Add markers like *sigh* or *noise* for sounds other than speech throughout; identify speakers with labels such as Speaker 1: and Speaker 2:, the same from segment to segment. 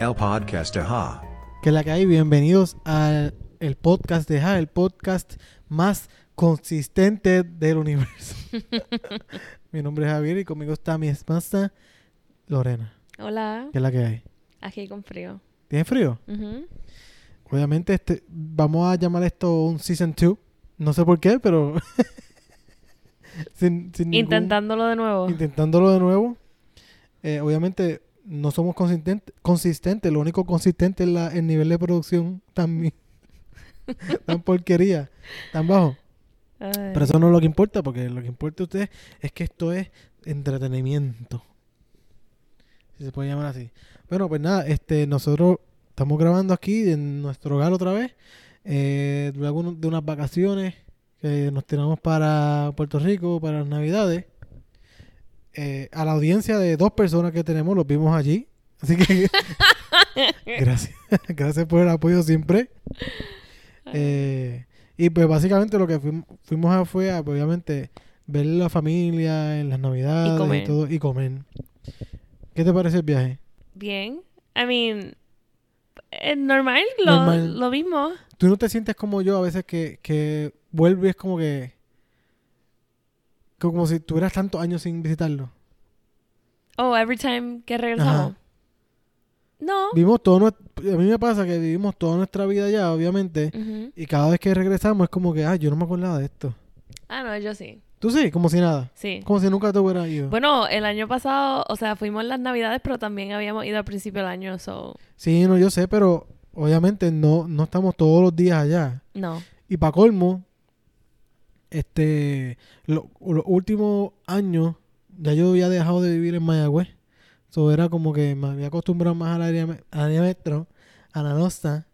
Speaker 1: El podcast Aha.
Speaker 2: Que la que hay, bienvenidos al el podcast de Ja, el podcast más consistente del universo. mi nombre es Javier y conmigo está mi esposa Lorena.
Speaker 3: Hola,
Speaker 2: Que es la que hay.
Speaker 3: aquí con frío.
Speaker 2: ¿Tienes frío?
Speaker 3: Ujú.
Speaker 2: Obviamente este, vamos a llamar esto un Season 2. No sé por qué, pero... *laughs* sin, sin ningún-
Speaker 3: Intentándolo de nuevo.
Speaker 2: Intentándolo de nuevo. Eh, obviamente no somos consistentes. consistentes. Lo único consistente es la- el nivel de producción tan, mi- *laughs* tan porquería, tan bajo.
Speaker 3: Ay.
Speaker 2: Pero eso no es lo que importa, porque lo que importa a ustedes es que esto es entretenimiento. Si se puede llamar así. Bueno, pues nada, este nosotros estamos grabando aquí en nuestro hogar otra vez. eh, luego uno- de unas vacaciones que nos tiramos para Puerto Rico, para las Navidades. Eh, a la audiencia de dos personas que tenemos, los vimos allí. Así que gracias, gracias por el apoyo siempre. Eh, y pues básicamente lo que fuim- fuimos a fue a, obviamente ver la familia en las navidades y,
Speaker 3: comer.
Speaker 2: todo y comer. ¿Qué te parece el viaje?
Speaker 3: Bien. I mean, eh, normal, lo,
Speaker 2: Normal.
Speaker 3: lo mismo.
Speaker 2: ¿Tú no te sientes como yo a veces que, que vuelves como que que como si tuvieras tantos años sin visitarlo?
Speaker 3: Oh, every time que regresamos.
Speaker 2: Ajá.
Speaker 3: No.
Speaker 2: Vivimos todo nuestro- a mí me pasa que vivimos toda nuestra vida ya, obviamente,
Speaker 3: Ujú.
Speaker 2: y cada vez que regresamos es como que, ah, yo no me acordaba de esto.
Speaker 3: Ah, no, yo sí.
Speaker 2: Tú sí, como si nada,
Speaker 3: Sí.
Speaker 2: como si nunca te hubiera ido.
Speaker 3: Bueno, el año pasado, o sea, fuimos las navidades, pero también habíamos ido al principio del año, so...
Speaker 2: Sí, no, yo sé, pero obviamente no, no estamos todos los días allá.
Speaker 3: No.
Speaker 2: Y para colmo, este, lo- los últimos años, ya yo había dejado de vivir en Mayagüez. So, era como que me había acostumbrado más al área, me- al área metro, a la
Speaker 3: *laughs*
Speaker 2: nosta.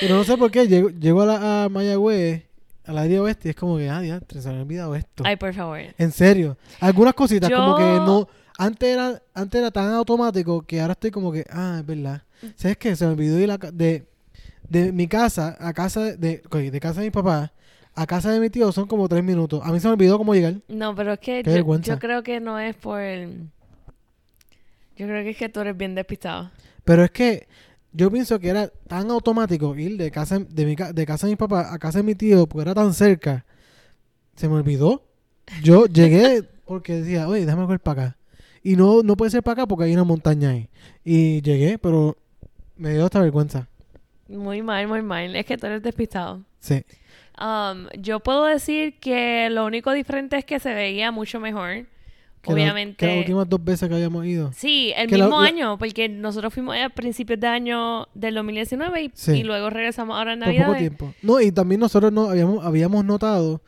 Speaker 2: Pero no sé por qué, llego, llego a, la, a Mayagüez, al área oeste, y es como que, ah, ya, se me había olvidado esto.
Speaker 3: Ay, por favor.
Speaker 2: En serio. Algunas cositas como que
Speaker 3: Yo-
Speaker 2: no... Antes era, antes era tan automático que ahora estoy como que, ah, es verdad. ¿Sabes qué? Se me olvidó ir a ca- de, de mi casa a casa de, de, ok, de casa de mis papás a casa de mi tío son como tres minutos. A mí se me olvidó cómo llegar.
Speaker 3: No, pero es que
Speaker 2: Qué
Speaker 3: yo,
Speaker 2: vergüenza.
Speaker 3: yo creo que no es por... Yo creo que es que tú eres bien despistado.
Speaker 2: Pero es que yo pienso que era tan automático ir de casa de, mi, ca- de casa de mis papás a casa de mi tío porque era tan cerca. Se me olvidó.
Speaker 3: *laughs*
Speaker 2: Yo llegué porque decía, oye, déjame correr para acá. Y no, no puede ser para acá porque hay una montaña ahí. Y llegué, pero me dio esta vergüenza.
Speaker 3: Muy mal, muy mal. Es que tú eres despistado.
Speaker 2: Sí.
Speaker 3: Um, yo puedo decir que lo único diferente es que se veía mucho mejor.
Speaker 2: Que la-
Speaker 3: Obviamente.
Speaker 2: que las últimas dos veces que habíamos ido.
Speaker 3: Sí, el
Speaker 2: que la-
Speaker 3: mismo
Speaker 2: la-
Speaker 3: año, porque nosotros fuimos a principios de año del 2019 y,
Speaker 2: Sí.
Speaker 3: y luego regresamos ahora en
Speaker 2: Por poco
Speaker 3: Navidad.
Speaker 2: tiempo. No, y también nosotros no habíamos, habíamos notado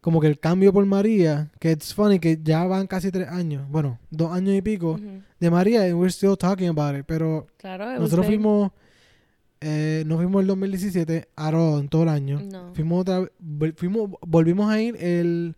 Speaker 2: como que el cambio por María, que it's funny que ya van casi tres años, bueno, dos años y pico, de María, and we're still talking about it, pero
Speaker 3: Claro, it was
Speaker 2: nosotros
Speaker 3: big.
Speaker 2: fuimos, eh, no fuimos el 2017, a todo, en todo el año.
Speaker 3: No.
Speaker 2: Fuimos otra vez- vol- fuimos, volvimos a ir el,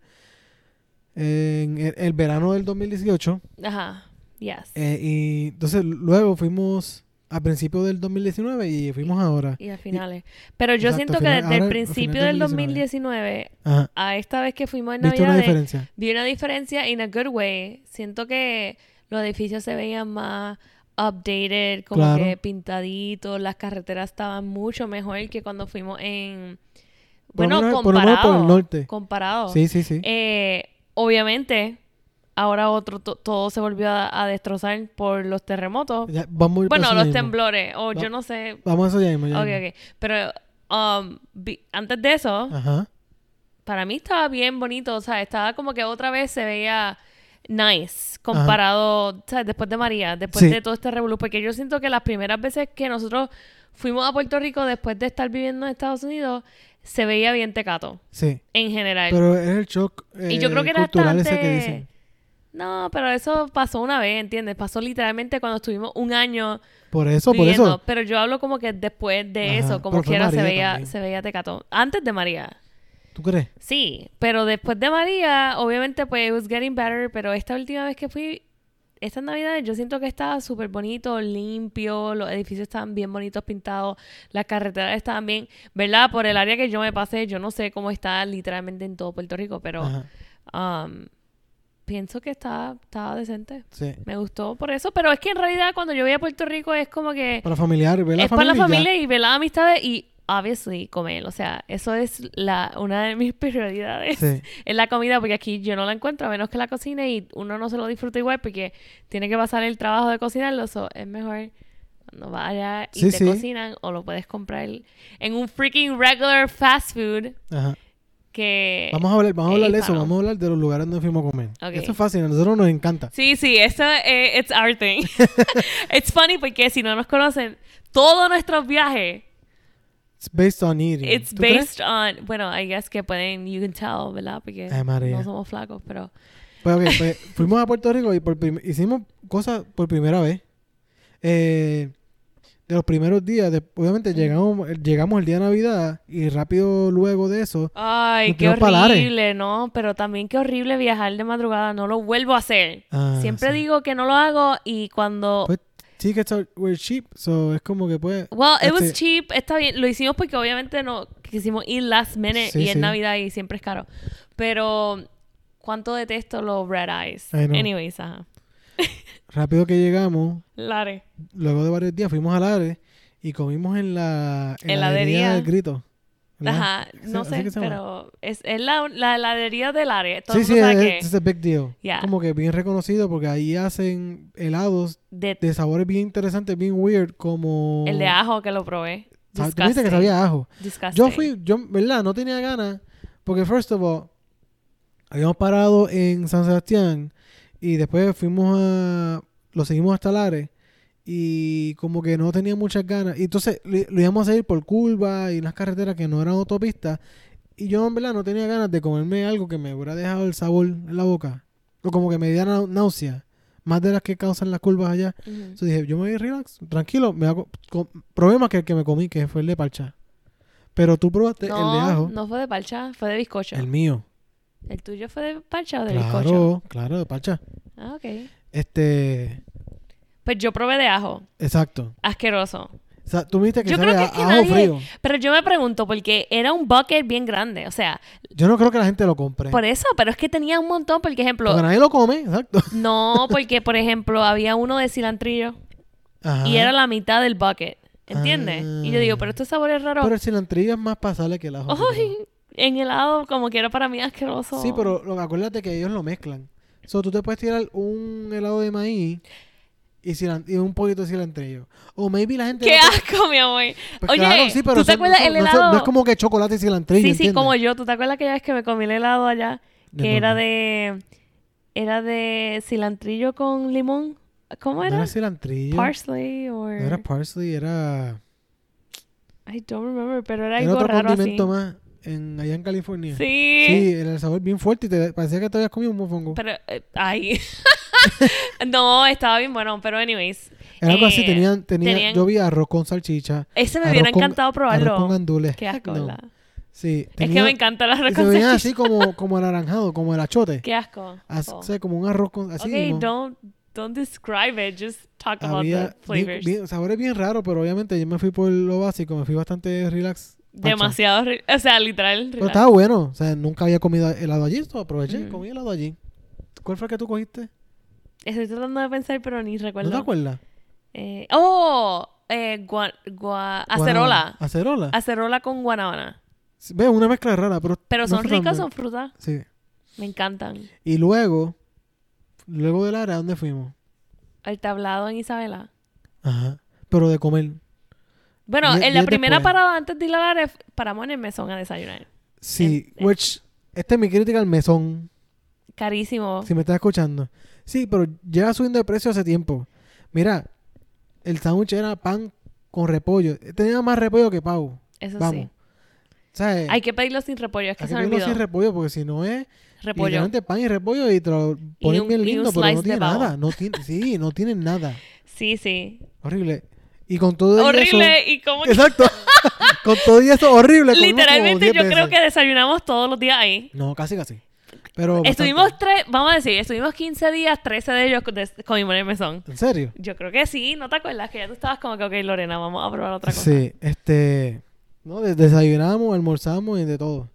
Speaker 2: en el, el verano del 2018,
Speaker 3: Ajá. Yes.
Speaker 2: eh, y entonces luego fuimos a principios del 2019 y fuimos ahora.
Speaker 3: y a finales. Pero yo
Speaker 2: Exacto,
Speaker 3: siento que
Speaker 2: final-
Speaker 3: desde
Speaker 2: ahora,
Speaker 3: el
Speaker 2: a
Speaker 3: principio
Speaker 2: final
Speaker 3: del
Speaker 2: del
Speaker 3: 2019
Speaker 2: Ajá.
Speaker 3: a esta vez que fuimos en
Speaker 2: ¿Viste una
Speaker 3: Navidad
Speaker 2: diferencia?
Speaker 3: vi una diferencia in a good way. Siento que los edificios se veían más updated, como
Speaker 2: Claro.
Speaker 3: que pintaditos, las carreteras estaban mucho mejor que cuando fuimos en
Speaker 2: Por lo
Speaker 3: bueno,
Speaker 2: menos- por lo menos
Speaker 3: comparado,
Speaker 2: por el norte.
Speaker 3: comparado.
Speaker 2: Sí, sí, sí.
Speaker 3: Oh. Eh, obviamente ahora otro to- todo se volvió a, a destrozar por los terremotos.
Speaker 2: Ya, vamos a ir
Speaker 3: Bueno,
Speaker 2: pasando
Speaker 3: los
Speaker 2: mismo.
Speaker 3: temblores o
Speaker 2: Va-
Speaker 3: yo no sé.
Speaker 2: Vamos a eso ya mismo. ya
Speaker 3: Ok,
Speaker 2: mismo.
Speaker 3: ok. Pero um, vi- antes de eso,
Speaker 2: Ajá.
Speaker 3: para mí estaba bien bonito, o sea, estaba como que otra vez se veía nice comparado, o sea, después de María, después
Speaker 2: Sí.
Speaker 3: de todo este revolú, porque yo siento que las primeras veces que nosotros fuimos a Puerto Rico después de estar viviendo en Estados Unidos, se veía bien tecato,
Speaker 2: Sí.
Speaker 3: en general.
Speaker 2: Pero es el shock
Speaker 3: y yo
Speaker 2: eh,
Speaker 3: creo que era
Speaker 2: cultural
Speaker 3: bastante...
Speaker 2: ese que dicen.
Speaker 3: No, pero eso pasó una vez, ¿entiendes? Pasó literalmente cuando estuvimos un año
Speaker 2: Por eso, por
Speaker 3: viviendo,
Speaker 2: eso.
Speaker 3: pero yo hablo como que después
Speaker 2: Ajá,
Speaker 3: de eso, como
Speaker 2: pero fue
Speaker 3: quiera se
Speaker 2: María
Speaker 3: veía,
Speaker 2: también.
Speaker 3: se veía tecato. Antes de María.
Speaker 2: ¿Tú crees?
Speaker 3: Sí, pero después de María, obviamente, pues, it was getting better, pero esta última vez que fui, estas navidades, yo siento que estaba súper bonito, limpio, los edificios estaban bien bonitos pintados, las carreteras estaban bien, ¿verdad? Por el área que yo me pasé, yo no sé cómo está literalmente en todo Puerto Rico, pero,
Speaker 2: Ajá.
Speaker 3: um, pienso que estaba, estaba decente.
Speaker 2: Sí.
Speaker 3: Me gustó por eso, pero es que en realidad cuando yo voy a Puerto Rico es como que
Speaker 2: Para familiar, ver la
Speaker 3: es
Speaker 2: familia.
Speaker 3: para la
Speaker 2: y ya.
Speaker 3: familia y ver las amistades y obviously comer, o sea, eso es la una de mis prioridades
Speaker 2: Sí.
Speaker 3: es la comida porque aquí yo no la encuentro a menos que la cocine y uno no se lo disfruta igual porque tiene que pasar el trabajo de cocinarlo, so, es mejor cuando vaya y
Speaker 2: Sí,
Speaker 3: te
Speaker 2: sí.
Speaker 3: cocinan o lo puedes comprar en un freaking regular fast food *laughs*
Speaker 2: Ajá.
Speaker 3: que
Speaker 2: Vamos a hablar, vamos a
Speaker 3: eh,
Speaker 2: hablar de eso,
Speaker 3: hispano.
Speaker 2: vamos a hablar de los lugares donde fuimos a comer.
Speaker 3: Ok.
Speaker 2: Eso es fácil, a nosotros nos encanta.
Speaker 3: Sí, sí, eso es it's our thing. *laughs* it's funny porque si no nos conocen, todos nuestros viajes
Speaker 2: It's based on eating.
Speaker 3: it's
Speaker 2: ¿Tú crees?
Speaker 3: based on, bueno, I guess que pueden you can tell, ¿verdad? Porque
Speaker 2: Ay, María.
Speaker 3: no somos flacos, pero
Speaker 2: Pues, ok, pues, fuimos a Puerto Rico y por prim- hicimos cosas por primera vez. Eh, de los primeros días, de- obviamente llegamos, llegamos el día de Navidad y rápido luego de eso,
Speaker 3: ay,
Speaker 2: No ¿eh?
Speaker 3: qué
Speaker 2: tenemos palares.
Speaker 3: horrible, ¿no? Pero también qué horrible viajar de madrugada, no lo vuelvo a hacer.
Speaker 2: Ah,
Speaker 3: Siempre
Speaker 2: sí.
Speaker 3: digo que no lo hago y cuando
Speaker 2: Pues, tickets are, were cheap, so es como que pues...
Speaker 3: Well, it was
Speaker 2: este,
Speaker 3: cheap, está bien. Lo hicimos porque obviamente no quisimos ir last minute
Speaker 2: Sí,
Speaker 3: y es
Speaker 2: sí.
Speaker 3: Navidad y siempre es caro. Pero cuánto detesto los red eyes.
Speaker 2: I know.
Speaker 3: Anyways, ajá.
Speaker 2: Rápido que llegamos,
Speaker 3: Lare.
Speaker 2: luego de varios días fuimos a Lares y comimos en la
Speaker 3: Heladería.
Speaker 2: heladería del grito. ¿verdad?
Speaker 3: Ajá, no
Speaker 2: así
Speaker 3: sé,
Speaker 2: que se llama.
Speaker 3: pero es, es la, la heladería del área. Todo
Speaker 2: Sí,
Speaker 3: el
Speaker 2: sí,
Speaker 3: mundo sabe
Speaker 2: es,
Speaker 3: que
Speaker 2: es a big deal.
Speaker 3: Yeah.
Speaker 2: Como que bien reconocido porque ahí hacen helados
Speaker 3: de-
Speaker 2: de sabores bien interesantes, bien weird, como...
Speaker 3: el de ajo que lo
Speaker 2: Sa- Ah,
Speaker 3: probé.
Speaker 2: tú viste
Speaker 3: Disgusting.
Speaker 2: que sabía a ajo.
Speaker 3: Disgusting.
Speaker 2: Yo fui, yo, ¿verdad? No tenía ganas. Porque, first of all, habíamos parado en San Sebastián y después fuimos a... Lo seguimos hasta Lares y como que no tenía muchas ganas. Y entonces li- lo íbamos a seguir por curvas y unas carreteras que no eran autopistas. Y yo, en verdad, no tenía ganas de comerme algo que me hubiera dejado el sabor en la boca. O como que me diera nau- náusea. Más de las que causan las curvas allá.
Speaker 3: Ujú.
Speaker 2: Entonces dije, yo me voy relax, tranquilo. Me hago, com- probé más que el que me comí, que fue el de parcha. Pero tú probaste el de
Speaker 3: no,
Speaker 2: ajo,
Speaker 3: no fue de parcha, fue de bizcocho.
Speaker 2: el
Speaker 3: El,
Speaker 2: mío.
Speaker 3: tuyo fue de parcha o de bizcocho?
Speaker 2: Claro, claro, de parcha.
Speaker 3: Ah, ok.
Speaker 2: Este,
Speaker 3: Pues yo probé de ajo.
Speaker 2: exacto.
Speaker 3: Asqueroso.
Speaker 2: O sea, tú viste que
Speaker 3: Yo
Speaker 2: sabe
Speaker 3: creo que
Speaker 2: a-
Speaker 3: es que
Speaker 2: a ajo
Speaker 3: nadie-
Speaker 2: frío.
Speaker 3: Pero yo me pregunto, porque era un bucket bien grande. O sea,
Speaker 2: Yo no creo que la gente lo compre.
Speaker 3: por eso, pero es que tenía un montón. Porque, ejemplo,
Speaker 2: Porque nadie lo come, exacto.
Speaker 3: no, porque, por ejemplo, había uno de cilantrillo
Speaker 2: Ajá. Ah.
Speaker 3: y era la mitad del bucket. ¿Entiendes? Y yo digo, pero este sabor es raro.
Speaker 2: Pero el cilantrillo es más pasable que el ajo. yo creo.
Speaker 3: Ay, en helado, como quiero para mí asqueroso.
Speaker 2: Sí, pero lo- acuérdate que ellos lo mezclan. So, tú te puedes tirar un helado de maíz y, cilan- y un poquito de cilantrillo. O maybe la gente...
Speaker 3: ¡Qué
Speaker 2: no-
Speaker 3: asco, mi amor!
Speaker 2: Pues
Speaker 3: Oye,
Speaker 2: claro, sí, pero
Speaker 3: ¿tú te
Speaker 2: eso
Speaker 3: acuerdas
Speaker 2: no,
Speaker 3: el
Speaker 2: no- no-
Speaker 3: helado?
Speaker 2: No es como que chocolate y cilantrillo.
Speaker 3: sí, sí, como
Speaker 2: ¿entiendes?
Speaker 3: yo. ¿Tú te acuerdas aquella vez que me comí el helado allá?
Speaker 2: De
Speaker 3: Que era
Speaker 2: normal.
Speaker 3: de... Era de cilantrillo con limón. ¿Cómo
Speaker 2: No
Speaker 3: era?
Speaker 2: era cilantrillo.
Speaker 3: Parsley o...
Speaker 2: No era parsley, era.
Speaker 3: I don't remember, pero era
Speaker 2: Era
Speaker 3: algo
Speaker 2: otro
Speaker 3: raro así.
Speaker 2: condimento más en, allá en California.
Speaker 3: Sí.
Speaker 2: Sí, era el sabor bien fuerte y te parecía que te habías comido un mofongo.
Speaker 3: Pero, eh, ay. *laughs* no, estaba bien bueno, pero anyways.
Speaker 2: Era algo así,
Speaker 3: eh,
Speaker 2: tenían, tenía,
Speaker 3: tenían-
Speaker 2: yo vi arroz con salchicha.
Speaker 3: Ese me
Speaker 2: arroz
Speaker 3: hubiera
Speaker 2: con-
Speaker 3: encantado probarlo.
Speaker 2: Arroz con gandules.
Speaker 3: Qué asco,
Speaker 2: No.
Speaker 3: ¿verdad?
Speaker 2: Sí,
Speaker 3: Es que
Speaker 2: tenía-
Speaker 3: me encanta la
Speaker 2: y Se veía
Speaker 3: reconstrucción.
Speaker 2: así como, como anaranjado, como
Speaker 3: *laughs*
Speaker 2: el achote.
Speaker 3: Qué asco.
Speaker 2: Así,
Speaker 3: Oh.
Speaker 2: o sea, como un arroz con. Así
Speaker 3: okay,
Speaker 2: mismo.
Speaker 3: don't, don't describe it, just talk about
Speaker 2: Había
Speaker 3: the
Speaker 2: bien-
Speaker 3: flavors.
Speaker 2: bien- sabores bien raros, pero obviamente yo me fui por lo básico, me fui bastante relax. Pancho.
Speaker 3: Demasiado, ri- o sea, literal.
Speaker 2: Pero
Speaker 3: relax. Mm.
Speaker 2: estaba bueno. O sea, nunca había comido helado allí. so aproveché y
Speaker 3: Ujú.
Speaker 2: comí helado allí. ¿Cuál fue el que tú cogiste?
Speaker 3: Estoy tratando de pensar, pero ni recuerdo.
Speaker 2: ¿No te acuerdas?
Speaker 3: Eh, oh, eh, gua- gua- acerola.
Speaker 2: Guanábana. Ah. Acerola.
Speaker 3: Acerola con guanábana.
Speaker 2: Sí, Ve, una mezcla rara, pero.
Speaker 3: Pero
Speaker 2: no
Speaker 3: son
Speaker 2: fue tan
Speaker 3: ricos, son
Speaker 2: bueno.
Speaker 3: frutas.
Speaker 2: Sí.
Speaker 3: Me encantan.
Speaker 2: Y luego, luego del área, ¿dónde fuimos?
Speaker 3: El tablado en Isabela.
Speaker 2: Ajá. Pero de comer.
Speaker 3: Bueno,
Speaker 2: Die-
Speaker 3: en la
Speaker 2: diez
Speaker 3: primera
Speaker 2: después.
Speaker 3: parada antes de ir a Lares, paramos en el mesón a desayunar.
Speaker 2: Sí,
Speaker 3: En-
Speaker 2: which. Esta es mi crítica al mesón,
Speaker 3: Carísimo.
Speaker 2: si me estás escuchando. Sí, pero lleva subiendo de precio hace tiempo. Mira, el sándwich era pan con repollo. Eh, Tenía más repollo que pavo.
Speaker 3: Eso
Speaker 2: Vamos.
Speaker 3: sí.
Speaker 2: ¿Sabes?
Speaker 3: Hay que pedirlo sin repollo, es que
Speaker 2: Hay
Speaker 3: se
Speaker 2: que
Speaker 3: me
Speaker 2: pedirlo
Speaker 3: olvidó.
Speaker 2: sin repollo porque si no es
Speaker 3: repollo.
Speaker 2: literalmente pan y repollo y te lo ponen
Speaker 3: un- y
Speaker 2: bien
Speaker 3: un
Speaker 2: lindo, pero
Speaker 3: slice
Speaker 2: no
Speaker 3: de
Speaker 2: tiene
Speaker 3: pavo.
Speaker 2: nada. No
Speaker 3: *laughs*
Speaker 2: tiene, sí, no tiene nada.
Speaker 3: Sí, sí.
Speaker 2: Horrible. Y con todo y
Speaker 3: Horrible. Y como
Speaker 2: eso. *laughs* Exacto. con todo y eso, horrible. comimos como
Speaker 3: literalmente
Speaker 2: 10
Speaker 3: yo creo
Speaker 2: veces.
Speaker 3: que desayunamos todos los días ahí.
Speaker 2: No, casi, casi. Pero. bastante.
Speaker 3: Estuvimos tres, vamos a decir, estuvimos 15 días, 13 de ellos des- comimos en el mesón.
Speaker 2: ¿En serio?
Speaker 3: Yo creo que sí, ¿no te acuerdas? Que ya tú estabas como que, ok, Lorena, vamos a probar otra cosa.
Speaker 2: Sí, este. No, des- desayunamos, almorzamos y de todo.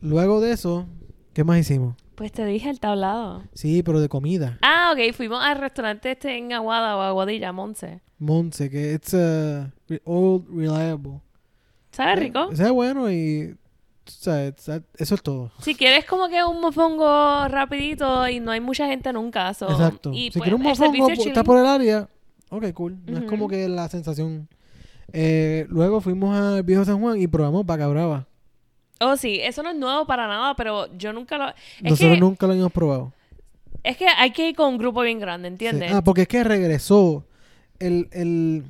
Speaker 2: Luego de eso, ¿qué más hicimos?
Speaker 3: Pues te dije el tablado.
Speaker 2: Sí, pero de comida.
Speaker 3: Ah, ok, fuimos al restaurante este en Aguada o Aguadilla, Monse.
Speaker 2: Monse, que it's uh, re- old reliable.
Speaker 3: ¿Sabe rico?
Speaker 2: O sea, bueno y... tú sabes, sa- eso es todo.
Speaker 3: Si quieres como que un mofongo rapidito y no hay mucha gente nunca. so-
Speaker 2: Exacto.
Speaker 3: Y
Speaker 2: si
Speaker 3: pues,
Speaker 2: quieres un
Speaker 3: el servicio
Speaker 2: mofongo,
Speaker 3: es
Speaker 2: pu- está
Speaker 3: chilling.
Speaker 2: por el área. Ok, cool. No es como
Speaker 3: Ujú.
Speaker 2: que la sensación... Eh, luego fuimos al viejo San Juan y probamos vaca brava.
Speaker 3: Oh, sí, eso no es nuevo para nada, pero yo nunca lo... Es,
Speaker 2: Nosotros
Speaker 3: que,
Speaker 2: nunca lo habíamos probado.
Speaker 3: es que hay que ir con un grupo bien grande,
Speaker 2: Sí.
Speaker 3: ¿entiendes?
Speaker 2: Ah, porque es que regresó. El, el,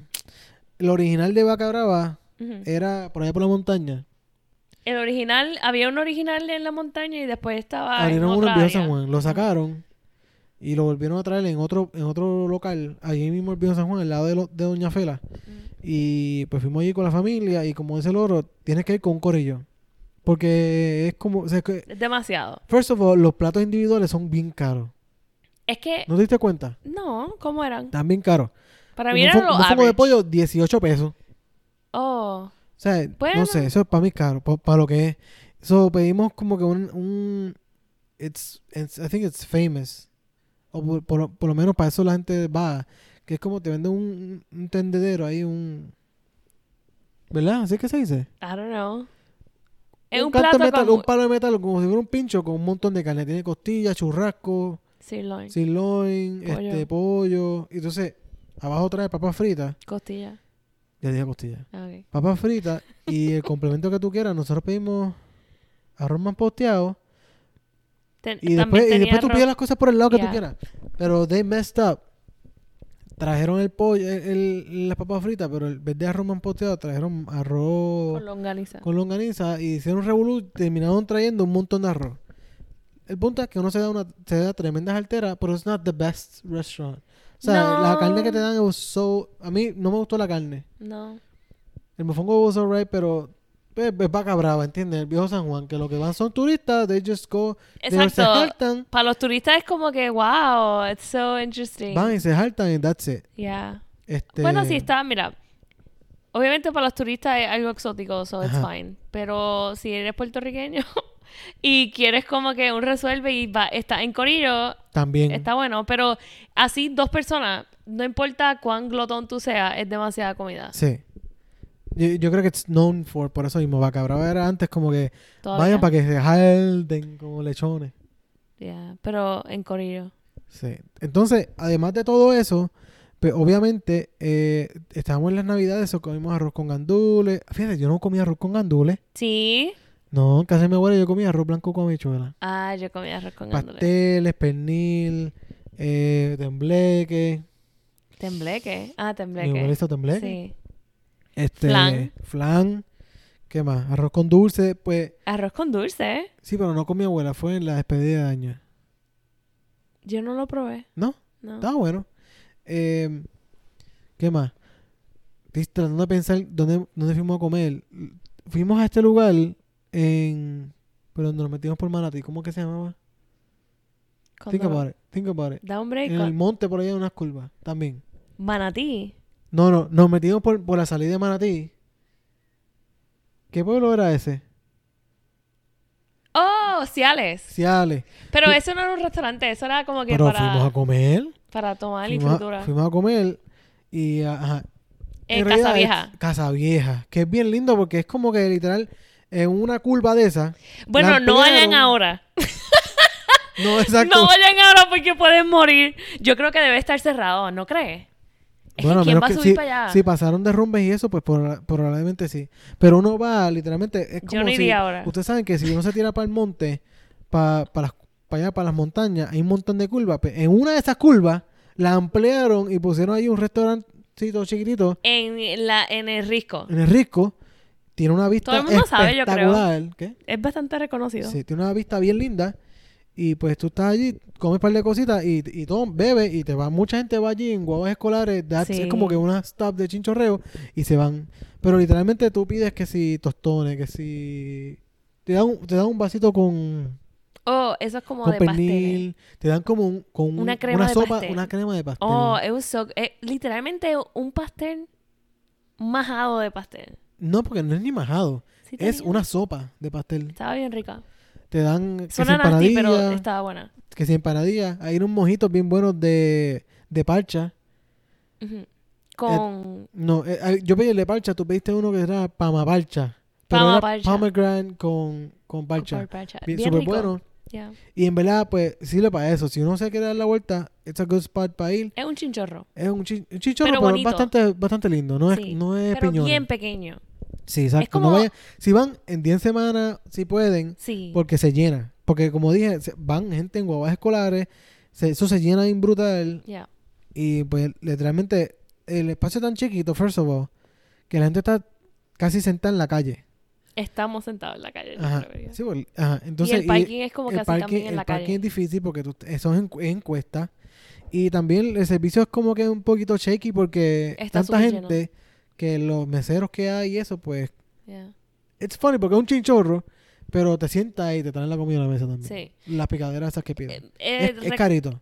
Speaker 2: el original de Vaca Brava
Speaker 3: Ujú.
Speaker 2: era por allá por la montaña.
Speaker 3: El original, había un original en la montaña y después estaba en
Speaker 2: Abrieron uno en
Speaker 3: otra
Speaker 2: Viejo
Speaker 3: área.
Speaker 2: San Juan. Lo sacaron y lo volvieron a traer en otro, en otro local, allí mismo en Viejo San Juan, al lado de, lo- de Doña Fela.
Speaker 3: Ujú.
Speaker 2: Y pues fuimos allí con la familia y como dice el oro, tienes que ir con un corillo. Porque es como... o sea, que-
Speaker 3: Es demasiado.
Speaker 2: first of all, los platos individuales son bien caros.
Speaker 3: Es que...
Speaker 2: ¿No te diste cuenta?
Speaker 3: No, ¿cómo eran?
Speaker 2: Están bien caros.
Speaker 3: Para
Speaker 2: Un
Speaker 3: mí
Speaker 2: fo-
Speaker 3: eran
Speaker 2: un
Speaker 3: los
Speaker 2: mofongo de
Speaker 3: average.
Speaker 2: pollo, 18 pesos.
Speaker 3: Oh,
Speaker 2: O sea, no
Speaker 3: Bueno.
Speaker 2: sé, eso es para mí caro, para lo que es. So, pedimos como que un... un it's, it's- I think it's famous. O por, por lo- por lo menos para eso la gente va. Que es como te venden un, un tendedero ahí, un... ¿Verdad? ¿Así que se dice?
Speaker 3: I don't know. Es un,
Speaker 2: canto de
Speaker 3: plato
Speaker 2: metal,
Speaker 3: con...
Speaker 2: un palo de metal, como si fuera un pincho, con un montón de carne. Tiene costillas, churrasco,
Speaker 3: Sirloin,
Speaker 2: sirloin,
Speaker 3: Pollo.
Speaker 2: este, pollo. Y entonces, abajo trae papas fritas.
Speaker 3: costilla.
Speaker 2: Ya dije costillas.
Speaker 3: Ah, ok.
Speaker 2: papas fritas y
Speaker 3: *laughs*
Speaker 2: el complemento que tú quieras. Nosotros pedimos arroz manposteado
Speaker 3: Ten-
Speaker 2: y después,
Speaker 3: también
Speaker 2: y
Speaker 3: tenía
Speaker 2: después tú
Speaker 3: arroz.
Speaker 2: pides las cosas por el lado que tú
Speaker 3: Yeah.
Speaker 2: quieras. Pero they messed up. Trajeron el pollo, el, el- las papas fritas, pero en vez de arroz manposteado trajeron arroz
Speaker 3: con longaniza.
Speaker 2: con longaniza y hicieron revolú, terminaron trayendo un montón de arroz. El punto es que uno se da una se da tremendas alteras, pero it's not the best restaurant. O sea, la
Speaker 3: No.
Speaker 2: carne que te dan es so... A mí no me gustó la carne.
Speaker 3: No.
Speaker 2: El mofongo was alright, pero pues, es vaca brava, ¿entiendes? El viejo San Juan, que lo que van son turistas, they just go, they se
Speaker 3: Exacto.
Speaker 2: jaltan,
Speaker 3: Para los turistas es como que, wow, it's so interesting.
Speaker 2: van y se jaltan y that's it.
Speaker 3: Yeah.
Speaker 2: Este,
Speaker 3: Bueno, sí, está, mira. Obviamente para los turistas es algo exótico, so it's
Speaker 2: Ajá.
Speaker 3: fine. Pero si eres puertorriqueño *laughs* y quieres como que un resuelve y va, está en corillo,
Speaker 2: También.
Speaker 3: está bueno. Pero así dos personas, no importa cuán glotón tú seas, es demasiada comida.
Speaker 2: Sí. Yo, yo creo que it's known for, por eso mismo, vaca brava era antes como que
Speaker 3: Todavía.
Speaker 2: vayan para que se jalten como lechones.
Speaker 3: Yeah, Pero en corillo.
Speaker 2: Sí. Entonces, además de todo eso, pues obviamente eh, estábamos en las navidades, o comimos arroz con gandules. Fíjate, yo no comía arroz con gandules.
Speaker 3: Sí.
Speaker 2: No, en casa de mi abuela yo comía arroz blanco con habichuela.
Speaker 3: Ah, yo comía arroz con gandules.
Speaker 2: pasteles, pernil, eh, tembleque.
Speaker 3: Tembleque. Ah,
Speaker 2: Mi abuela
Speaker 3: tembleque.
Speaker 2: hizo tembleque.
Speaker 3: Sí.
Speaker 2: Este,
Speaker 3: Flan.
Speaker 2: flan. ¿Qué más? Arroz con dulce. Pues
Speaker 3: Arroz con dulce. ¿eh?
Speaker 2: sí, pero no con mi abuela. Fue en la despedida de año.
Speaker 3: Ah. Yo no lo probé.
Speaker 2: ¿No?
Speaker 3: No.
Speaker 2: Estaba bueno. Eh, ¿Qué más? Estoy tratando de pensar dónde, dónde fuimos a comer. Fuimos a este lugar en... Pero nos metimos por Manatí. ¿Cómo que se llamaba?
Speaker 3: Cuando-
Speaker 2: Think about it. Think about it.
Speaker 3: Da un break.
Speaker 2: En el
Speaker 3: con-
Speaker 2: monte por allá en unas curvas. También.
Speaker 3: Manatí.
Speaker 2: No, no, nos metimos por, por la salida de Manatí. ¿Qué pueblo era ese?
Speaker 3: Oh, Ciales.
Speaker 2: Ciales.
Speaker 3: Pero
Speaker 2: Yo-
Speaker 3: eso no era un restaurante, eso era como que
Speaker 2: Pero fuimos
Speaker 3: para,
Speaker 2: a comer.
Speaker 3: para tomar y
Speaker 2: Fuimos
Speaker 3: fritura.
Speaker 2: a, fuimos a comer. Y ajá.
Speaker 3: En
Speaker 2: realidad
Speaker 3: Casa Vieja.
Speaker 2: es Casa Vieja. Que es bien lindo porque es como que literal en una curva de esa. la
Speaker 3: Bueno, no vayan
Speaker 2: ampliaron.
Speaker 3: ahora.
Speaker 2: No, exacto.
Speaker 3: No vayan ahora porque pueden morir. Yo creo que debe estar cerrado, ¿no crees? Es
Speaker 2: Bueno, a
Speaker 3: que ¿quién
Speaker 2: menos
Speaker 3: va a
Speaker 2: que
Speaker 3: subir
Speaker 2: si,
Speaker 3: para allá?
Speaker 2: si pasaron derrumbes y eso, pues proba- probablemente sí. Pero uno va, literalmente, es
Speaker 3: Yo
Speaker 2: como
Speaker 3: no
Speaker 2: si-
Speaker 3: iría ahora.
Speaker 2: Ustedes saben que si uno se tira para el monte, para allá, para las montañas, hay un montón de curvas. Pues, en una de esas curvas la ampliaron y pusieron ahí un restaurancito chiquitito
Speaker 3: En, la, en el Risco.
Speaker 2: en el Risco. Tiene una vista
Speaker 3: Todo el mundo sabe, yo creo.
Speaker 2: espectacular. ¿Qué?
Speaker 3: Es bastante reconocido.
Speaker 2: Sí, tiene una vista bien linda. Y pues tú estás allí, comes un par de cositas y, y todo, bebes y te va. Mucha gente va allí en guaguas escolares. that's-
Speaker 3: Sí.
Speaker 2: Es como que una stop de chinchorreo y se van. Pero literalmente tú pides que si tostones, que si. Te dan, un- te dan un vasito con,
Speaker 3: Oh, eso es como
Speaker 2: con
Speaker 3: de pastel.
Speaker 2: pernil. Te dan como un, con un-
Speaker 3: Una crema de
Speaker 2: sopa,
Speaker 3: pastel.
Speaker 2: una crema de pastel.
Speaker 3: Oh, es un so- es literalmente un pastel majado de pastel.
Speaker 2: No, porque no es ni majado.
Speaker 3: Sí,
Speaker 2: Es
Speaker 3: tenía.
Speaker 2: una sopa de pastel.
Speaker 3: Estaba bien rica.
Speaker 2: Te dan que
Speaker 3: Suena
Speaker 2: si
Speaker 3: nasty,
Speaker 2: empanadilla,
Speaker 3: pero estaba buena.
Speaker 2: que si empanadilla. Hay unos mojitos bien buenos de, de parcha.
Speaker 3: Ujú. Con...
Speaker 2: No, eh, hay- yo pedí el de parcha, tú pediste uno que era pama parcha. Pero
Speaker 3: Pama
Speaker 2: era
Speaker 3: parcha.
Speaker 2: pomegranate con, con parcha.
Speaker 3: con parcha.
Speaker 2: Bien,
Speaker 3: Bien,
Speaker 2: súper
Speaker 3: rico.
Speaker 2: bueno.
Speaker 3: Ya.
Speaker 2: Y en verdad, pues, sirve para eso. Si uno se quiere dar la vuelta, it's a good spot para ir.
Speaker 3: Es un chinchorro.
Speaker 2: Es un, chi- un chichorro,
Speaker 3: Pero
Speaker 2: pero,
Speaker 3: bonito.
Speaker 2: bastante, bastante lindo. No es,
Speaker 3: sí,
Speaker 2: no es
Speaker 3: pero
Speaker 2: piñón.
Speaker 3: bien pequeño.
Speaker 2: Sí, exacto. No
Speaker 3: como-
Speaker 2: vayan- si van en 10 semanas, si pueden,
Speaker 3: Sí.
Speaker 2: porque se llena. Porque como dije, se- van gente en guaguas escolares, se- eso se llena bien brutal.
Speaker 3: Ya.
Speaker 2: Y pues literalmente el espacio es tan chiquito, first of all, que la gente está casi sentada en la calle.
Speaker 3: Estamos sentados en la calle. yo
Speaker 2: Ajá.
Speaker 3: creo ya.
Speaker 2: Sí, pues, ajá. Entonces,
Speaker 3: y el parking es como
Speaker 2: el
Speaker 3: casi
Speaker 2: parking-
Speaker 3: también en
Speaker 2: el
Speaker 3: la
Speaker 2: parking
Speaker 3: calle.
Speaker 2: es difícil porque tú, eso es encu- es encuesta. Y también el servicio es como que un poquito shaky porque
Speaker 3: Está
Speaker 2: tanta
Speaker 3: súper lleno.
Speaker 2: gente que los meseros que hay y eso, pues
Speaker 3: Ya.
Speaker 2: It's funny porque es un chinchorro, pero te sientas ahí y te traen la comida a la mesa también.
Speaker 3: Sí.
Speaker 2: Las picaderas esas que
Speaker 3: Eh,
Speaker 2: piden.
Speaker 3: eh,
Speaker 2: es, es
Speaker 3: rec-
Speaker 2: carito.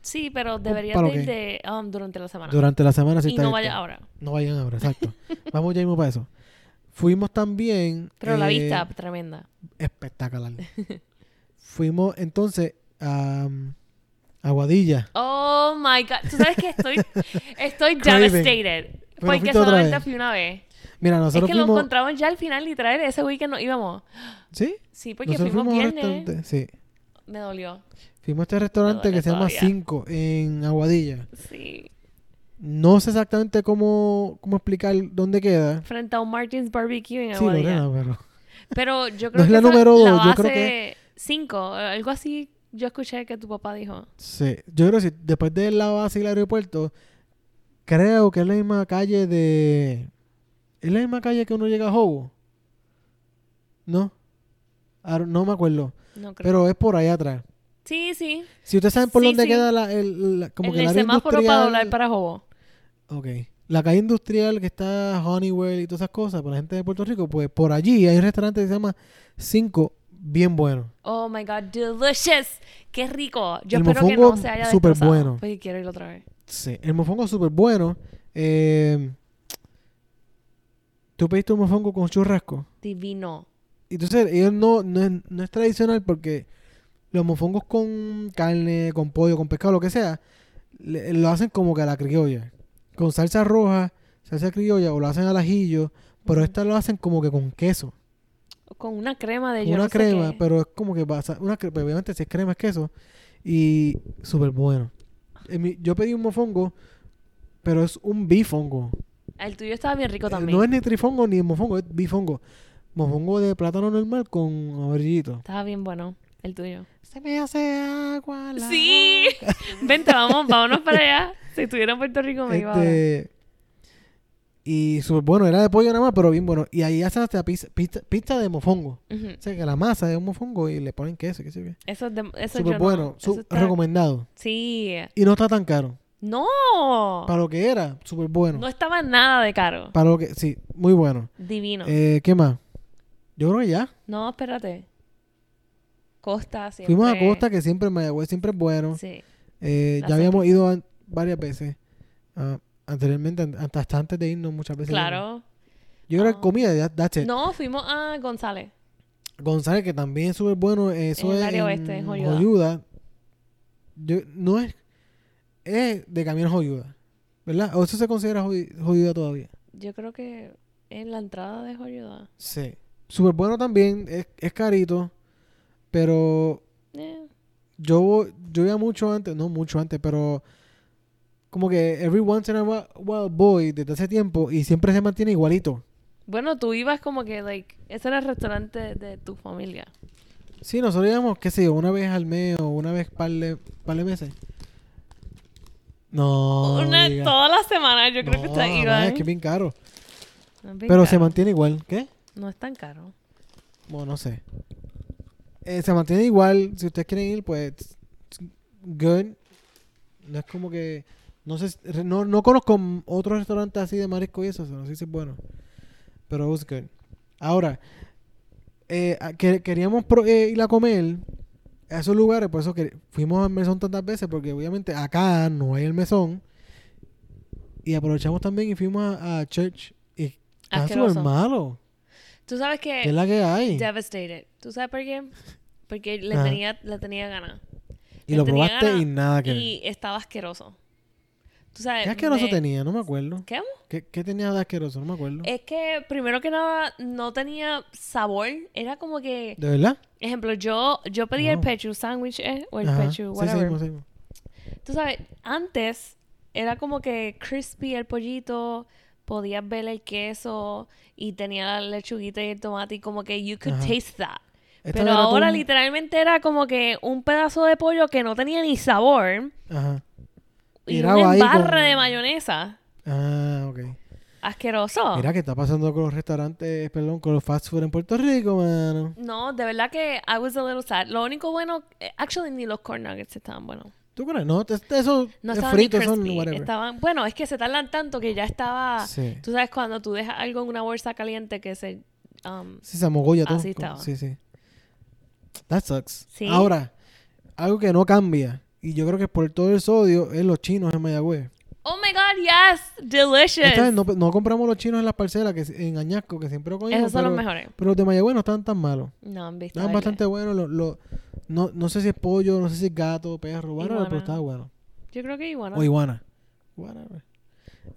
Speaker 3: sí, pero deberías
Speaker 2: para
Speaker 3: de ir
Speaker 2: qué?
Speaker 3: de, um, durante la semana.
Speaker 2: Durante la semana sí
Speaker 3: y
Speaker 2: está
Speaker 3: no
Speaker 2: esto.
Speaker 3: vaya ahora.
Speaker 2: No vayan ahora, exacto. *laughs* Vamos ya mismo para eso. Fuimos también...
Speaker 3: Pero la
Speaker 2: eh,
Speaker 3: vista tremenda. *laughs*
Speaker 2: Espectacular. Fuimos entonces a... um, Aguadilla.
Speaker 3: Oh my god. Tú sabes
Speaker 2: *laughs*
Speaker 3: que estoy, estoy
Speaker 2: Craven.
Speaker 3: devastated.
Speaker 2: Pero
Speaker 3: Porque
Speaker 2: fuiste otra
Speaker 3: solamente
Speaker 2: vez.
Speaker 3: fui una vez.
Speaker 2: Mira, nosotros
Speaker 3: es que lo
Speaker 2: fuimos...
Speaker 3: encontraban ya al final y traer ese weekend no íbamos.
Speaker 2: ¿Sí?
Speaker 3: Sí, porque
Speaker 2: nosotros
Speaker 3: fuimos
Speaker 2: fuimos a un
Speaker 3: viernes.
Speaker 2: restaurante- Sí.
Speaker 3: Me dolió.
Speaker 2: Fuimos a este restaurante
Speaker 3: duele
Speaker 2: que se llama
Speaker 3: todavía.
Speaker 2: Cinco en Aguadilla.
Speaker 3: Sí.
Speaker 2: No sé exactamente cómo, cómo explicar dónde queda.
Speaker 3: Frente a un Martin's Barbecue en
Speaker 2: Sí,
Speaker 3: Aguadilla.
Speaker 2: Lorena, pero...
Speaker 3: Pero yo creo
Speaker 2: No es
Speaker 3: que
Speaker 2: la
Speaker 3: esa-
Speaker 2: número
Speaker 3: la
Speaker 2: dos, yo creo
Speaker 3: base
Speaker 2: que-
Speaker 3: cinco, eh, algo así yo escuché que tu papá dijo.
Speaker 2: Sí, yo creo que sí, después de la base y el aeropuerto, creo que es la misma calle de. Es la misma calle que uno llega a Hobo. ¿No? Ahora no me acuerdo.
Speaker 3: No creo.
Speaker 2: Pero es por allá atrás.
Speaker 3: sí, sí.
Speaker 2: Si ustedes saben por
Speaker 3: Sí,
Speaker 2: dónde
Speaker 3: sí.
Speaker 2: queda la, el, la- como
Speaker 3: en
Speaker 2: que el
Speaker 3: el
Speaker 2: área
Speaker 3: semáforo para doblar
Speaker 2: industrial.
Speaker 3: para Jobo.
Speaker 2: Ok. La calle industrial que está Honeywell y todas esas cosas para la gente de Puerto Rico, pues por allí hay un restaurante que se llama Cinco, bien bueno.
Speaker 3: Oh my god, delicious. Qué rico. Yo
Speaker 2: El
Speaker 3: espero que
Speaker 2: mofongo
Speaker 3: no se haya
Speaker 2: súper
Speaker 3: destrozado.
Speaker 2: bueno.
Speaker 3: Oye, quiero ir otra vez.
Speaker 2: Sí, el mofongo es súper bueno. Eh, Tú pediste un mofongo con churrasco.
Speaker 3: Divino.
Speaker 2: Y Entonces, ellos no, no, es, no es tradicional porque los mofongos con carne, con pollo, con pescado, lo que sea, le- lo hacen como que a la criolla. Con salsa roja, salsa criolla, o lo hacen al ajillo, pero
Speaker 3: Ujú.
Speaker 2: esta lo hacen como que con queso.
Speaker 3: Con una crema de
Speaker 2: Con
Speaker 3: yo
Speaker 2: una
Speaker 3: no sé
Speaker 2: crema,
Speaker 3: qué.
Speaker 2: pero es como que pasa. Una cre- pero obviamente, si es crema, es queso. Y súper bueno. En mi- Yo pedí un mofongo, pero es un bifongo.
Speaker 3: El tuyo estaba bien rico
Speaker 2: Eh,
Speaker 3: también.
Speaker 2: No es ni trifongo ni mofongo, es bifongo. Mofongo de plátano normal con amarillito.
Speaker 3: Estaba bien bueno el tuyo.
Speaker 2: Se me hace agua la
Speaker 3: Sí. *laughs* Vente, vamos, vámonos para allá. Si estuviera en Puerto Rico
Speaker 2: boca.
Speaker 3: me iba ahora.
Speaker 2: Este, y súper bueno, era de pollo nada más, pero bien bueno. Y ahí hacen hasta pizza, pizza, pizza de mofongo.
Speaker 3: Ujú.
Speaker 2: O sea, que la masa es un mofongo y le ponen queso, qué sé yo.
Speaker 3: Eso es de, eso yo
Speaker 2: Súper
Speaker 3: no-
Speaker 2: bueno,
Speaker 3: eso
Speaker 2: su-
Speaker 3: está-
Speaker 2: recomendado.
Speaker 3: Sí.
Speaker 2: Y no está tan caro.
Speaker 3: No.
Speaker 2: Para lo que era, súper bueno.
Speaker 3: No estaba nada de caro.
Speaker 2: Para lo que, sí, muy bueno.
Speaker 3: Divino.
Speaker 2: Eh, ¿Qué más? Yo creo que ya.
Speaker 3: no, espérate. Costa siempre.
Speaker 2: Fuimos a Costa, que siempre en Mayagüez siempre es bueno.
Speaker 3: Sí.
Speaker 2: Eh,
Speaker 3: La
Speaker 2: ya habíamos ido an- varias veces. Ah, anteriormente, an- hasta, hasta antes de irnos muchas veces.
Speaker 3: Claro.
Speaker 2: íbamos. Yo era
Speaker 3: Ah.
Speaker 2: comida, ya, that's it.
Speaker 3: No, fuimos a González.
Speaker 2: González, que también es súper bueno. Eso
Speaker 3: En el
Speaker 2: es
Speaker 3: área oeste, en Joyuda.
Speaker 2: Joyuda. Yo, no es... Es de camino a Joyuda. ¿Verdad? ¿O eso se considera Joy- Joyuda todavía?
Speaker 3: Yo creo que en la entrada de Joyuda.
Speaker 2: Sí. Súper bueno también. Es, es carito. Pero
Speaker 3: Eh,
Speaker 2: yo yo iba mucho antes, no mucho antes, pero como que every once in a while, while voy desde hace tiempo y siempre se mantiene igualito.
Speaker 3: Bueno, tú ibas como que, like, ese era el restaurante de tu familia.
Speaker 2: Sí, nosotros íbamos, qué sé yo, una vez al mes o una vez par de, par de meses. No. no
Speaker 3: Una,
Speaker 2: diga.
Speaker 3: todas las semanas yo creo que
Speaker 2: No,
Speaker 3: ustedes
Speaker 2: jamás,
Speaker 3: iban.
Speaker 2: es que es bien caro.
Speaker 3: No es bien
Speaker 2: pero se
Speaker 3: caro.
Speaker 2: mantiene igual. ¿Qué?
Speaker 3: No es tan caro.
Speaker 2: Bueno, no sé. Eh, se mantiene igual. Si ustedes quieren ir, pues. it's Good. No es como que. No sé. si- re- No, no conozco m- otros restaurantes así de marisco y eso. No sé si es bueno. Pero it was good. Ahora. eh, a- que- queríamos pro- eh, ir a comer a esos lugares. Por eso que fuimos al mesón tantas veces. Porque obviamente acá no hay el mesón. Y aprovechamos también y fuimos a, a church. Y está súper
Speaker 3: Asqueroso.
Speaker 2: malo.
Speaker 3: Tú sabes que...
Speaker 2: ¿Qué es la que hay?
Speaker 3: Devastated. ¿Tú sabes por qué? Porque le
Speaker 2: Ajá.
Speaker 3: tenía, le tenía ganas.
Speaker 2: Y
Speaker 3: Le
Speaker 2: lo
Speaker 3: tenía
Speaker 2: probaste
Speaker 3: ganas
Speaker 2: y nada que ver.
Speaker 3: Y estaba asqueroso. Tú sabes.
Speaker 2: ¿Qué asqueroso
Speaker 3: me-
Speaker 2: tenía? No me acuerdo.
Speaker 3: ¿Qué? Eh,
Speaker 2: ¿Qué, qué tenía de asqueroso? No me acuerdo.
Speaker 3: Es que primero que nada no tenía sabor. Era como que,
Speaker 2: ¿De verdad?
Speaker 3: ejemplo, yo, yo pedí el
Speaker 2: Wow.
Speaker 3: pechu sandwich eh, o el
Speaker 2: Ajá.
Speaker 3: pechu,
Speaker 2: Sí,
Speaker 3: whatever.
Speaker 2: seguimos, seguimos.
Speaker 3: Tú sabes, antes era como que crispy el pollito, podías ver el queso y tenía la lechuguita y el tomate y como que you could
Speaker 2: Ajá.
Speaker 3: taste that.
Speaker 2: Esto
Speaker 3: Pero
Speaker 2: era todo
Speaker 3: ahora
Speaker 2: un-
Speaker 3: literalmente era como que un pedazo de pollo que no tenía ni sabor
Speaker 2: Ajá.
Speaker 3: y
Speaker 2: Tirado
Speaker 3: una
Speaker 2: ahí
Speaker 3: barra
Speaker 2: con-
Speaker 3: de mayonesa.
Speaker 2: Ah, ok.
Speaker 3: Asqueroso.
Speaker 2: Mira, ¿qué está pasando con los restaurantes, perdón, con los fast food en Puerto Rico, mano?
Speaker 3: No, de verdad que I was a little sad. Lo único bueno, eh, actually ni los corn nuggets estaban buenos.
Speaker 2: ¿Tú crees? No, te- te- eso
Speaker 3: No
Speaker 2: es
Speaker 3: estaban
Speaker 2: frito,
Speaker 3: ni
Speaker 2: Eh, son
Speaker 3: crispy.
Speaker 2: whatever.
Speaker 3: Estaban, bueno, es que se tardan tanto que ya estaba.
Speaker 2: Sí.
Speaker 3: Tú sabes cuando tú dejas algo en una bolsa caliente que se um,
Speaker 2: Sí, se amogolla todo.
Speaker 3: Así estaba.
Speaker 2: Sí, sí. That sucks.
Speaker 3: Sí.
Speaker 2: Ahora, algo que no cambia, y yo creo que por todo el sodio, es los chinos en Mayagüez.
Speaker 3: Oh my god, yes, delicious.
Speaker 2: Esta vez no, no compramos los chinos en las parcelas, que, en Añasco, que siempre comíamos.
Speaker 3: Esos son
Speaker 2: pero,
Speaker 3: los mejores.
Speaker 2: Pero los de Mayagüez no estaban tan malos.
Speaker 3: No, han visto.
Speaker 2: Estaban
Speaker 3: verle.
Speaker 2: bastante buenos. Los, los- no, no sé si es pollo, no sé si es gato, perro, whatever, pero
Speaker 3: Iguana.
Speaker 2: estaba bueno.
Speaker 3: Yo creo que igual.
Speaker 2: O iguana. Whatever.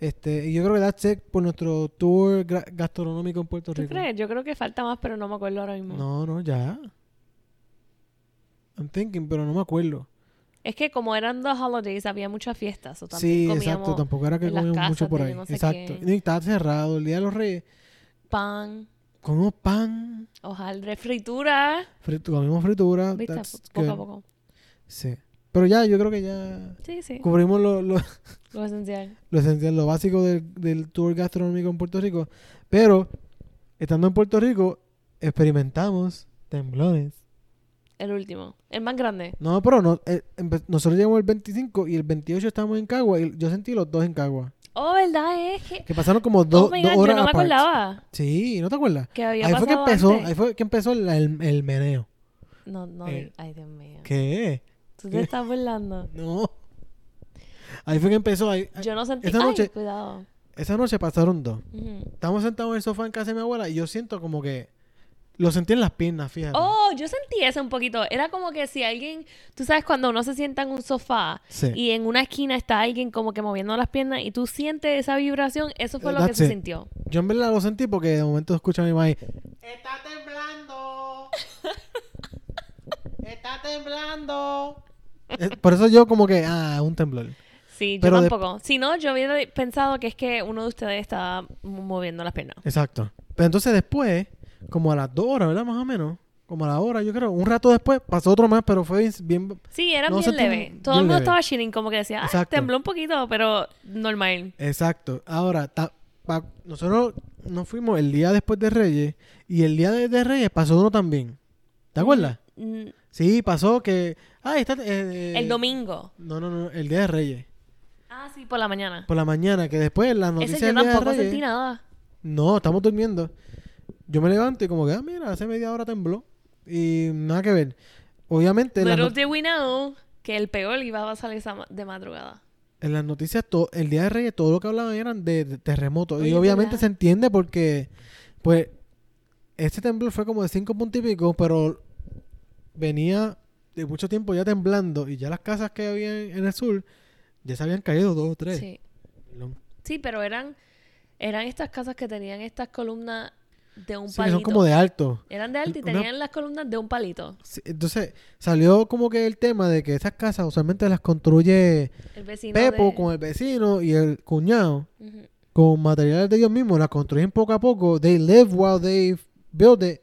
Speaker 2: Este, y yo creo que that's it por nuestro tour gra- gastronómico en Puerto
Speaker 3: ¿Tú
Speaker 2: Rico.
Speaker 3: crees? Yo creo que falta más, pero no me acuerdo ahora mismo.
Speaker 2: No, no, ya. I'm thinking, pero no me acuerdo.
Speaker 3: Es que como eran dos holidays, había muchas fiestas. O
Speaker 2: sí,
Speaker 3: también comíamos
Speaker 2: exacto. Tampoco era que
Speaker 3: en las
Speaker 2: comíamos mucho
Speaker 3: casas
Speaker 2: por
Speaker 3: de
Speaker 2: ahí.
Speaker 3: no sé
Speaker 2: exacto.
Speaker 3: quién.
Speaker 2: Y estaba cerrado el Día de los Reyes.
Speaker 3: pan,
Speaker 2: Comimos pan,
Speaker 3: hojaldre, fritura.
Speaker 2: frito, comimos fritura.
Speaker 3: ¿Viste?
Speaker 2: Oh, that's
Speaker 3: Poco a
Speaker 2: good.
Speaker 3: poco.
Speaker 2: Sí. Pero ya, yo creo que ya
Speaker 3: Sí, sí.
Speaker 2: cubrimos lo, lo,
Speaker 3: Lo esencial.
Speaker 2: lo esencial, lo básico del, del tour gastronómico en Puerto Rico. Pero, estando en Puerto Rico, experimentamos temblones.
Speaker 3: El último. El más grande.
Speaker 2: No, pero no, eh, empe- nosotros llegamos el 25 y el 28 estábamos en Cagua y yo sentí los dos en Cagua.
Speaker 3: Oh, ¿verdad? Es que.
Speaker 2: Que pasaron como do-
Speaker 3: oh my
Speaker 2: dos
Speaker 3: god, yo
Speaker 2: horas
Speaker 3: no me
Speaker 2: apart.
Speaker 3: acordaba.
Speaker 2: Sí, ¿no te acuerdas?
Speaker 3: Que había
Speaker 2: Ahí fue,
Speaker 3: pasado
Speaker 2: que empezó,
Speaker 3: antes.
Speaker 2: ahí fue que empezó el, el- el meneo.
Speaker 3: No, no.
Speaker 2: Eh.
Speaker 3: Ay, Dios mío.
Speaker 2: ¿Qué? Eh,
Speaker 3: Tú te estás burlando.
Speaker 2: No. Ahí fue que empezó. Ahí,
Speaker 3: Yo no sentí.
Speaker 2: Esta noche-
Speaker 3: Ay, cuidado.
Speaker 2: Esa noche pasaron dos.
Speaker 3: Ujú.
Speaker 2: Estamos sentados en el sofá en casa de mi abuela y yo siento como que... Lo sentí en las piernas, fíjate.
Speaker 3: Oh, yo sentí eso un poquito. Era como que si alguien, tú sabes, cuando uno se sienta en un sofá
Speaker 2: Sí.
Speaker 3: y en una esquina está alguien como que moviendo las piernas y tú sientes esa vibración, eso fue
Speaker 2: Eh,
Speaker 3: lo que
Speaker 2: that's
Speaker 3: se
Speaker 2: it.
Speaker 3: sintió.
Speaker 2: Yo en verdad lo sentí porque de momento escucho a mi mamá ahí,
Speaker 1: Está temblando. Está temblando.
Speaker 2: eh, Por eso yo como que... Ah, un temblor.
Speaker 3: Sí, yo
Speaker 2: Pero de-
Speaker 3: tampoco. Si no, yo hubiera pensado que es que uno de ustedes estaba moviendo las piernas.
Speaker 2: Exacto. Pero entonces después, como a las dos horas, ¿verdad? Más o menos. Como a la hora, yo creo. Un rato después pasó otro más, pero fue bien... bien-
Speaker 3: Sí, era
Speaker 2: No,
Speaker 3: bien
Speaker 2: sentí
Speaker 3: leve.
Speaker 2: un-
Speaker 3: Todo
Speaker 2: bien
Speaker 3: el mundo
Speaker 2: leve.
Speaker 3: estaba chilling, como que decía, ah,
Speaker 2: Exacto.
Speaker 3: tembló un poquito, pero normal.
Speaker 2: Exacto. Ahora, ta- pa- nosotros nos fuimos el día después de Reyes y el día de, de Reyes pasó uno también. ¿Te acuerdas?
Speaker 3: Mm,
Speaker 2: Sí, pasó que... Ah, está... eh, eh,
Speaker 3: El domingo.
Speaker 2: No, no, no. El día de Reyes.
Speaker 3: Ah, sí, por la mañana.
Speaker 2: Por la mañana, que después la noticia
Speaker 3: Ese yo
Speaker 2: del día de
Speaker 3: tampoco
Speaker 2: Reyes-
Speaker 3: sentí nada.
Speaker 2: No, estamos durmiendo. Yo me levanto y como que, ah, mira, hace media hora tembló. Y nada que ver. Obviamente, en las,
Speaker 3: Pero
Speaker 2: not-
Speaker 3: did we know que el peor iba a pasar esa ma- de madrugada.
Speaker 2: en las noticias, to- el día de Reyes, todo lo que hablaban eran de, de terremoto.
Speaker 3: Oye,
Speaker 2: y
Speaker 3: es
Speaker 2: obviamente
Speaker 3: verdad.
Speaker 2: se entiende porque, pues, este temblor fue como de cinco puntos y pico, pero venía de mucho tiempo ya temblando y ya las casas que había en, en el sur ya se habían caído dos o tres.
Speaker 3: Sí.
Speaker 2: Perdón.
Speaker 3: Sí, pero eran eran estas casas que tenían estas columnas de un
Speaker 2: Sí, que
Speaker 3: palito.
Speaker 2: son como de alto.
Speaker 3: Eran de alta y
Speaker 2: una-
Speaker 3: tenían las columnas de un palito.
Speaker 2: Sí, Entonces salió como que el tema de que esas casas usualmente las construye
Speaker 3: El vecino
Speaker 2: Pepo
Speaker 3: de-
Speaker 2: con el vecino y el cuñado
Speaker 3: Ujú.
Speaker 2: con materiales de ellos mismos las construyen poco a poco they live while they build it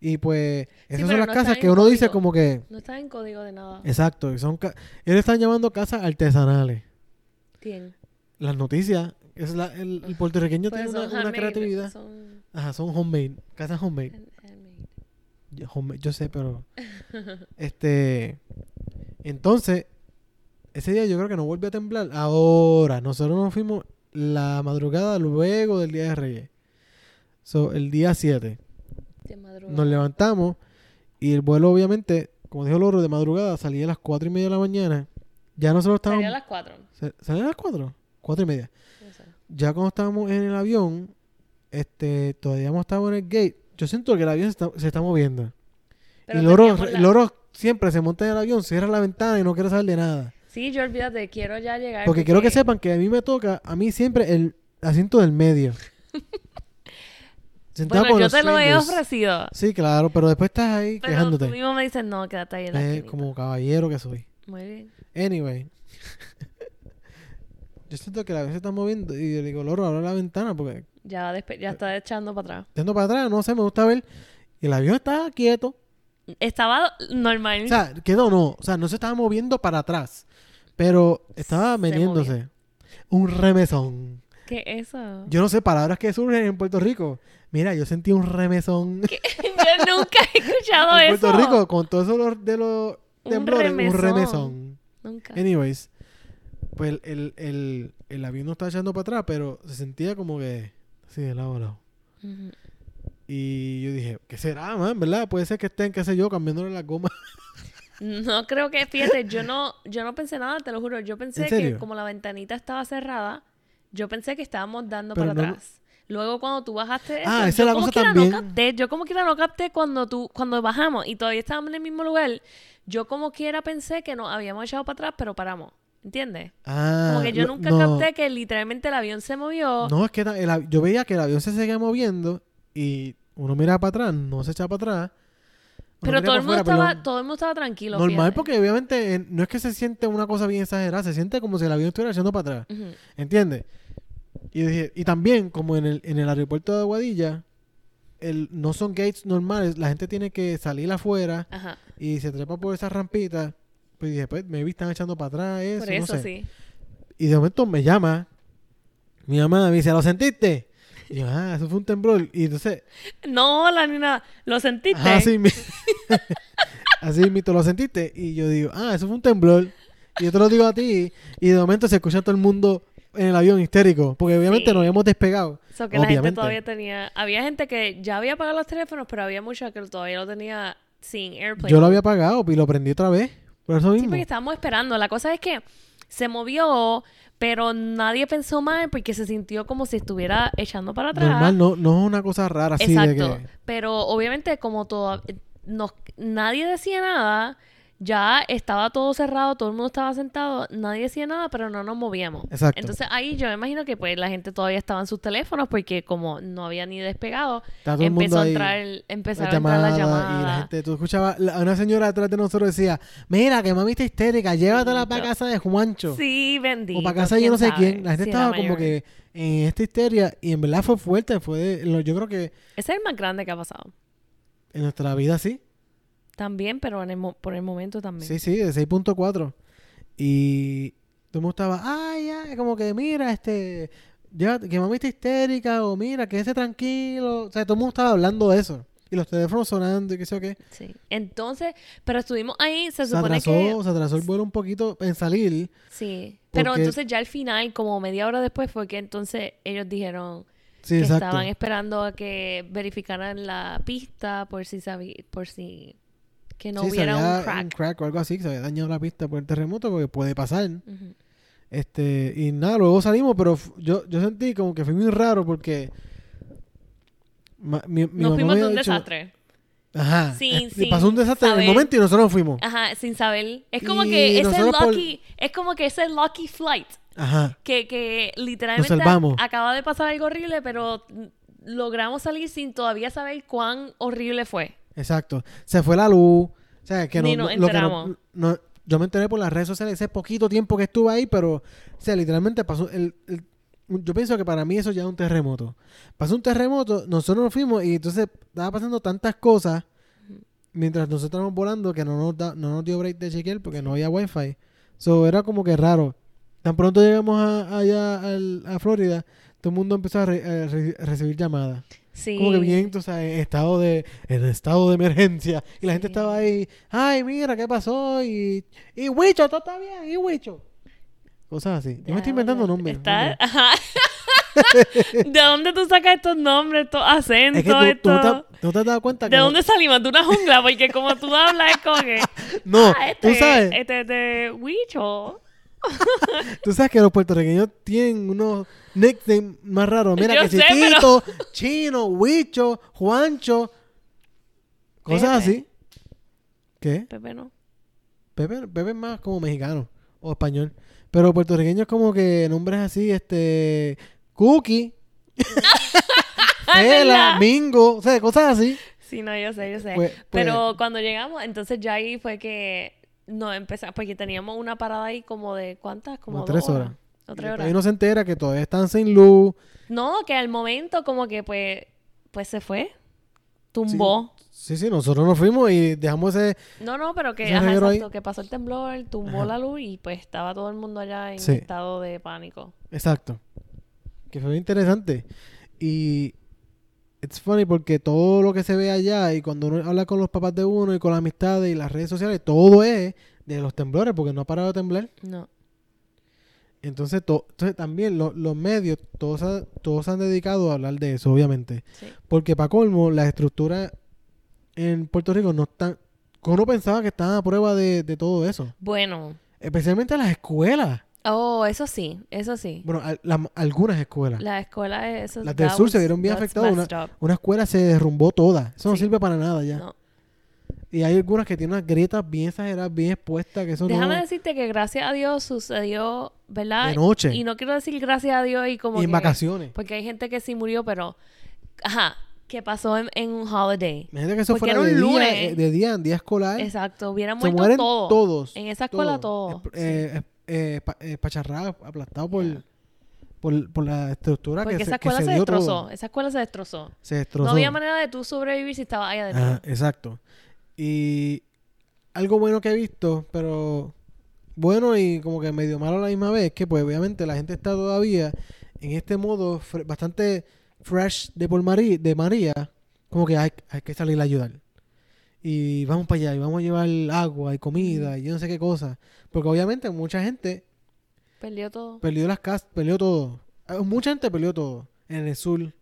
Speaker 2: y pues esas son
Speaker 3: pero
Speaker 2: las
Speaker 3: no
Speaker 2: casas
Speaker 3: están
Speaker 2: que
Speaker 3: en
Speaker 2: uno dice
Speaker 3: código.
Speaker 2: como que
Speaker 3: No estaba en código de nada.
Speaker 2: exacto que son ca- ellos están llamando casas artesanales
Speaker 3: Bien.
Speaker 2: las noticias es la- el, el puertorriqueño
Speaker 3: Porque
Speaker 2: tiene una,
Speaker 3: Pues son
Speaker 2: una
Speaker 3: handmade,
Speaker 2: creatividad
Speaker 3: son
Speaker 2: ajá son homemade casas homemade
Speaker 3: hand- handmade.
Speaker 2: Yo, hombre, yo sé,
Speaker 3: *laughs*
Speaker 2: pero. este. Entonces, ese día yo creo que no volvió a temblar. Ahora, nosotros nos fuimos la madrugada luego del día de Reyes. So, el día 7.
Speaker 3: De madrugada.
Speaker 2: Nos levantamos y el vuelo, obviamente, como dijo Loro, de madrugada salía a las 4 y media de la mañana. Ya nosotros estábamos.
Speaker 3: Salía a las 4.
Speaker 2: Sa- ¿Salía a las 4? 4 y media. Ya cuando estábamos en el avión, este, todavía no estábamos en el gate. Yo siento que el avión se está, se está moviendo.
Speaker 3: Pero
Speaker 2: y Loro,
Speaker 3: teníamos la-
Speaker 2: Loro siempre se monta en el avión, cierra la ventana y no quiere saber de nada.
Speaker 3: Sí, yo olvídate, quiero ya llegar.
Speaker 2: Porque quiero que sepan que a mí me toca, a mí siempre el asiento del
Speaker 3: *laughs*
Speaker 2: medio. Sentado
Speaker 3: Bueno,
Speaker 2: con
Speaker 3: yo
Speaker 2: los
Speaker 3: te lo he
Speaker 2: fingers.
Speaker 3: ofrecido.
Speaker 2: Sí, claro, pero después estás ahí
Speaker 3: Pero tú
Speaker 2: quejándote.
Speaker 3: mismo me dices, no, quédate ahí en la
Speaker 2: Eh,
Speaker 3: esquinita".
Speaker 2: como caballero que soy.
Speaker 3: Muy bien.
Speaker 2: Anyway. *laughs* yo siento que la vez se está moviendo y yo le digo, Loro, abre la ventana porque
Speaker 3: Ya, va despe- ya
Speaker 2: Eh.
Speaker 3: está echando para atrás.
Speaker 2: yendo para atrás, no sé, me gusta ver. Y el avión estaba quieto.
Speaker 3: Estaba normal.
Speaker 2: O sea, quedó no. O sea, no se estaba moviendo para atrás. Pero estaba
Speaker 3: Se
Speaker 2: meniéndose. Un remesón.
Speaker 3: ¿Qué es eso?
Speaker 2: Yo no sé, palabras que surgen en Puerto Rico. Mira, yo sentí un remesón.
Speaker 3: *laughs* Yo nunca he escuchado
Speaker 2: en
Speaker 3: eso.
Speaker 2: Puerto Rico, con todo eso lo- de los
Speaker 3: Un
Speaker 2: temblores, un
Speaker 3: remesón.
Speaker 2: remesón.
Speaker 3: Nunca.
Speaker 2: Anyways, pues el, el, el, el avión no estaba echando para atrás, pero se sentía como que así de lado a lado.
Speaker 3: Ujú.
Speaker 2: Y yo dije, ¿qué será, man? ¿Verdad? Puede ser que estén, qué sé yo, cambiándole la goma.
Speaker 3: No creo que, fíjate, yo no, yo no pensé nada, te lo juro. Yo pensé
Speaker 2: ¿En
Speaker 3: que
Speaker 2: serio?
Speaker 3: como la ventanita estaba cerrada, yo pensé que estábamos dando
Speaker 2: Pero
Speaker 3: para
Speaker 2: no-
Speaker 3: atrás. Luego cuando tú bajaste eso,
Speaker 2: Ah, esa
Speaker 3: yo
Speaker 2: es la
Speaker 3: como
Speaker 2: cosa
Speaker 3: quiera
Speaker 2: también.
Speaker 3: no capté, yo como quiera no capté cuando tú, cuando bajamos y todavía estábamos en el mismo lugar, yo como quiera pensé que nos habíamos echado para atrás, pero paramos. ¿Entiendes?
Speaker 2: Ah,
Speaker 3: Como que yo
Speaker 2: lo-
Speaker 3: nunca
Speaker 2: no,
Speaker 3: capté que literalmente el avión se movió.
Speaker 2: No, es que ta- el av- yo veía que el avión se seguía moviendo y uno miraba para atrás, no se echaba para atrás. Uno
Speaker 3: pero
Speaker 2: miraba
Speaker 3: todo
Speaker 2: para
Speaker 3: el, mundo
Speaker 2: afuera, pero
Speaker 3: estaba, todo el mundo estaba tranquilo.
Speaker 2: Normal,
Speaker 3: fíjate.
Speaker 2: porque obviamente eh, no es que se siente una cosa bien exagerada, se siente como si el avión estuviera echando para atrás.
Speaker 3: Ujú.
Speaker 2: ¿Entiendes? Y, dije- y también, como en el, en el aeropuerto de Aguadilla, el, no son gates normales, la gente tiene que salir afuera
Speaker 3: Ajá.
Speaker 2: y se trepa por esas rampitas. Pues dije, pues me vi, están echando para atrás, eso,
Speaker 3: Por eso
Speaker 2: no sé.
Speaker 3: sí.
Speaker 2: Y de momento me llama, mi mamá me dice, ¿lo sentiste? Y yo, ah, eso fue un temblor. Y entonces,
Speaker 3: No, hola ni nada. ¿Lo sentiste?
Speaker 2: ajá, así mi- *laughs* así mito, ¿lo sentiste? Y yo digo, ah, eso fue un temblor. Y yo te lo digo a ti. Y de momento se escucha a todo el mundo en el avión histérico, porque obviamente
Speaker 3: Sí.
Speaker 2: nos habíamos despegado.
Speaker 3: So que la gente
Speaker 2: Obviamente.
Speaker 3: todavía tenía... Había gente que ya había pagado los teléfonos, pero había mucha que todavía lo tenía sin AirPlay.
Speaker 2: Yo lo había apagado y lo prendí otra vez. Por eso
Speaker 3: Sí,
Speaker 2: mismo.
Speaker 3: porque estábamos esperando. La cosa es que se movió, pero nadie pensó mal porque se sintió como si estuviera echando para atrás.
Speaker 2: Normal, no, no es una cosa rara así de
Speaker 3: Exacto.
Speaker 2: que.
Speaker 3: Pero obviamente como todo, nos- nadie decía nada, ya estaba todo cerrado, todo el mundo estaba sentado, nadie decía nada, pero no nos movíamos.
Speaker 2: Exacto.
Speaker 3: Entonces ahí yo me imagino que pues la gente todavía estaba en sus teléfonos porque como no había ni despegado,
Speaker 2: Está todo el mundo
Speaker 3: empezó a
Speaker 2: ahí,
Speaker 3: entrar, el- empezaron a entrar las
Speaker 2: llamada, Y
Speaker 3: llamadas.
Speaker 2: la gente, tú escuchabas, la- una señora detrás de nosotros decía: Mira, que mami está histérica, llévatela para
Speaker 3: Bendito.
Speaker 2: casa de Juancho.
Speaker 3: Sí, bendito.
Speaker 2: o para casa de yo no sé quién. La gente estaba como
Speaker 3: que...
Speaker 2: que en esta histeria y en verdad fue fuerte. fue de- lo- Yo creo que
Speaker 3: Ese es el más grande que ha pasado.
Speaker 2: en nuestra vida sí.
Speaker 3: También, pero en el mo- por el momento también.
Speaker 2: Sí, sí, de 6.4. Y todo el mundo estaba, ay, ay, como que mira, este, ya, que mami está histérica, o mira, quédese tranquilo. O sea, todo el mundo estaba hablando de eso. Y los teléfonos sonando y qué sé yo qué.
Speaker 3: Sí. Entonces, pero estuvimos ahí,
Speaker 2: Se
Speaker 3: se supone
Speaker 2: atrasó,
Speaker 3: que...
Speaker 2: se atrasó el vuelo un poquito en salir.
Speaker 3: Sí, pero
Speaker 2: Porque-
Speaker 3: entonces ya al final, como media hora después, fue que entonces ellos dijeron
Speaker 2: Sí,
Speaker 3: que
Speaker 2: exacto.
Speaker 3: estaban esperando a que verificaran la pista por si sabía, por si que no
Speaker 2: Sí, se
Speaker 3: hubiera
Speaker 2: había
Speaker 3: un crack.
Speaker 2: o algo así, que se había dañado la pista por el terremoto, porque puede pasar.
Speaker 3: Ujú.
Speaker 2: Este, y nada, luego salimos, pero f- yo, yo sentí como que fue muy raro porque ma- mi, mi
Speaker 3: Nos
Speaker 2: mamá
Speaker 3: fuimos
Speaker 2: me había
Speaker 3: de un
Speaker 2: dicho-
Speaker 3: desastre.
Speaker 2: Ajá.
Speaker 3: Sin-
Speaker 2: eh,
Speaker 3: sin
Speaker 2: pasó un desastre en
Speaker 3: saber. Ah.
Speaker 2: el momento y nosotros nos fuimos.
Speaker 3: Ajá, sin saber. Es como
Speaker 2: Y
Speaker 3: que ese
Speaker 2: nosotros por-
Speaker 3: lucky, es como que ese lucky flight
Speaker 2: Ajá.
Speaker 3: que, que literalmente
Speaker 2: Nos salvamos.
Speaker 3: acaba de pasar algo horrible, pero logramos salir sin todavía saber cuán horrible fue.
Speaker 2: Exacto. Se fue la luz. O sea, que
Speaker 3: Ni
Speaker 2: no-
Speaker 3: nos
Speaker 2: no- lo que no-
Speaker 3: enteramos.
Speaker 2: no- yo me enteré por las redes sociales ese poquito tiempo que estuve ahí, pero, o sea, literalmente pasó. El, el- yo pienso que para mí eso ya es un terremoto. Pasó un terremoto, nosotros nos fuimos y entonces estaba pasando tantas cosas mientras nosotros estábamos volando que no nos, da- no nos dio break de chequear porque no había wifi. So, era como que raro. Tan pronto llegamos a- allá al- a Florida, todo el mundo empezó a, re- a re- a recibir llamadas.
Speaker 3: Sí.
Speaker 2: Como que bien, tú sabes, en estado de, en estado de emergencia. Y la gente
Speaker 3: Sí.
Speaker 2: estaba ahí, ay, mira, ¿qué pasó? Y, y Huicho, todo está bien, y Huicho. Cosas así. Yo me estoy inventando
Speaker 3: Diablo,
Speaker 2: nombres.
Speaker 3: está-
Speaker 2: nombres.
Speaker 3: ajá. *laughs* ¿De dónde tú sacas estos nombres, estos acentos,
Speaker 2: Es que tú, tú no te,
Speaker 3: esto?
Speaker 2: has- tú no te has dado cuenta que...
Speaker 3: ¿De dónde salimos? ¿De una jungla? Porque como tú hablas es como que...
Speaker 2: *laughs* No,
Speaker 3: ah, este,
Speaker 2: tú sabes,
Speaker 3: Este es de Huicho.
Speaker 2: tú sabes que los puertorriqueños tienen unos nicknames más raros. Mira,
Speaker 3: Yo
Speaker 2: que
Speaker 3: sé,
Speaker 2: si
Speaker 3: pero-
Speaker 2: Tito, Chino, Huicho, Juancho. Cosas
Speaker 3: Fíjate.
Speaker 2: así. ¿Qué?
Speaker 3: Pepe no.
Speaker 2: Pepe, Pepe es más como mexicano o español. Pero puertorriqueño es como que nombres así, este.
Speaker 3: *laughs*
Speaker 2: Cookie, Tela,
Speaker 3: ¿Verdad?
Speaker 2: Mingo, o sea, cosas así.
Speaker 3: Sí, no, yo sé, yo sé.
Speaker 2: Pues- pues-
Speaker 3: Pero cuando llegamos, entonces ya ahí fue que no empezamos, porque teníamos una parada ahí como de ¿cuántas? Como,
Speaker 2: Como
Speaker 3: dos
Speaker 2: tres horas.
Speaker 3: O
Speaker 2: Y
Speaker 3: tres
Speaker 2: después
Speaker 3: horas.
Speaker 2: uno se entera que todavía están sin luz.
Speaker 3: No, que al momento como que pues, pues se fue. Tumbó.
Speaker 2: Sí, sí, nosotros nos fuimos y dejamos ese.
Speaker 3: No, no, pero que,
Speaker 2: Ese
Speaker 3: ajá,
Speaker 2: reguero ahí.
Speaker 3: exacto, que pasó el temblor, tumbó
Speaker 2: Ajá.
Speaker 3: la luz y pues estaba todo el mundo allá en
Speaker 2: Sí.
Speaker 3: estado de pánico.
Speaker 2: Exacto. Que fue bien interesante. Y. It's funny porque todo lo que se ve allá y cuando uno habla con los papás de uno y con las amistades y las redes sociales, todo es de los temblores porque no ha parado de temblar.
Speaker 3: No.
Speaker 2: Entonces, to- entonces también lo- los medios, todos, ha- todos se han dedicado a hablar de eso, obviamente.
Speaker 3: Sí.
Speaker 2: Porque para colmo, las estructuras en Puerto Rico no están... Uno pensaba que estaban a prueba de, de todo eso.
Speaker 3: Bueno.
Speaker 2: Especialmente las escuelas.
Speaker 3: Oh, eso sí, eso sí.
Speaker 2: Bueno, al- la- algunas escuelas.
Speaker 3: La escuela es... eso-
Speaker 2: Las del
Speaker 3: that
Speaker 2: sur se
Speaker 3: was-
Speaker 2: vieron bien
Speaker 3: that's
Speaker 2: afectadas,
Speaker 3: messed up.
Speaker 2: Una escuela se derrumbó toda. Eso no
Speaker 3: Sí.
Speaker 2: sirve para nada ya.
Speaker 3: No.
Speaker 2: Y hay algunas que tienen unas grietas bien exageradas, bien expuestas, que eso
Speaker 3: Déjame
Speaker 2: no...
Speaker 3: decirte que gracias a Dios sucedió, ¿verdad?
Speaker 2: De noche.
Speaker 3: Y no quiero decir gracias a Dios y
Speaker 2: Y
Speaker 3: como
Speaker 2: en
Speaker 3: que- pues,
Speaker 2: vacaciones.
Speaker 3: Porque hay gente que sí murió, pero... Ajá, que pasó en, en un holiday.
Speaker 2: Imagínate que eso fuera
Speaker 3: porque era un
Speaker 2: de
Speaker 3: lunes.
Speaker 2: día, eh, de día, en día escolar.
Speaker 3: Exacto, hubiera
Speaker 2: se
Speaker 3: muerto
Speaker 2: mueren
Speaker 3: todo.
Speaker 2: todos.
Speaker 3: En esa escuela
Speaker 2: todos.
Speaker 3: todo.
Speaker 2: Eh, eh, eh, pa- eh, pacharrado, aplastado por,
Speaker 3: Yeah.
Speaker 2: por, por la estructura
Speaker 3: Porque
Speaker 2: que,
Speaker 3: esa
Speaker 2: se, que
Speaker 3: escuela se,
Speaker 2: se dio
Speaker 3: destrozó.
Speaker 2: todo.
Speaker 3: Esa escuela se destrozó.
Speaker 2: Se destrozó.
Speaker 3: No había manera de tú sobrevivir si estabas ahí adentro.
Speaker 2: Ajá, exacto. Y algo bueno que he visto, pero bueno y como que medio malo a la misma vez, que pues obviamente la gente está todavía en este modo fre- bastante fresh de por María, de María, como que hay, hay que salir a ayudar. Y vamos para allá, y vamos a llevar agua y comida y yo no sé qué cosa. Porque obviamente mucha gente
Speaker 3: Perdió todo.
Speaker 2: perdió las casas, perdió todo. Ah, Mucha gente perdió todo en el sur.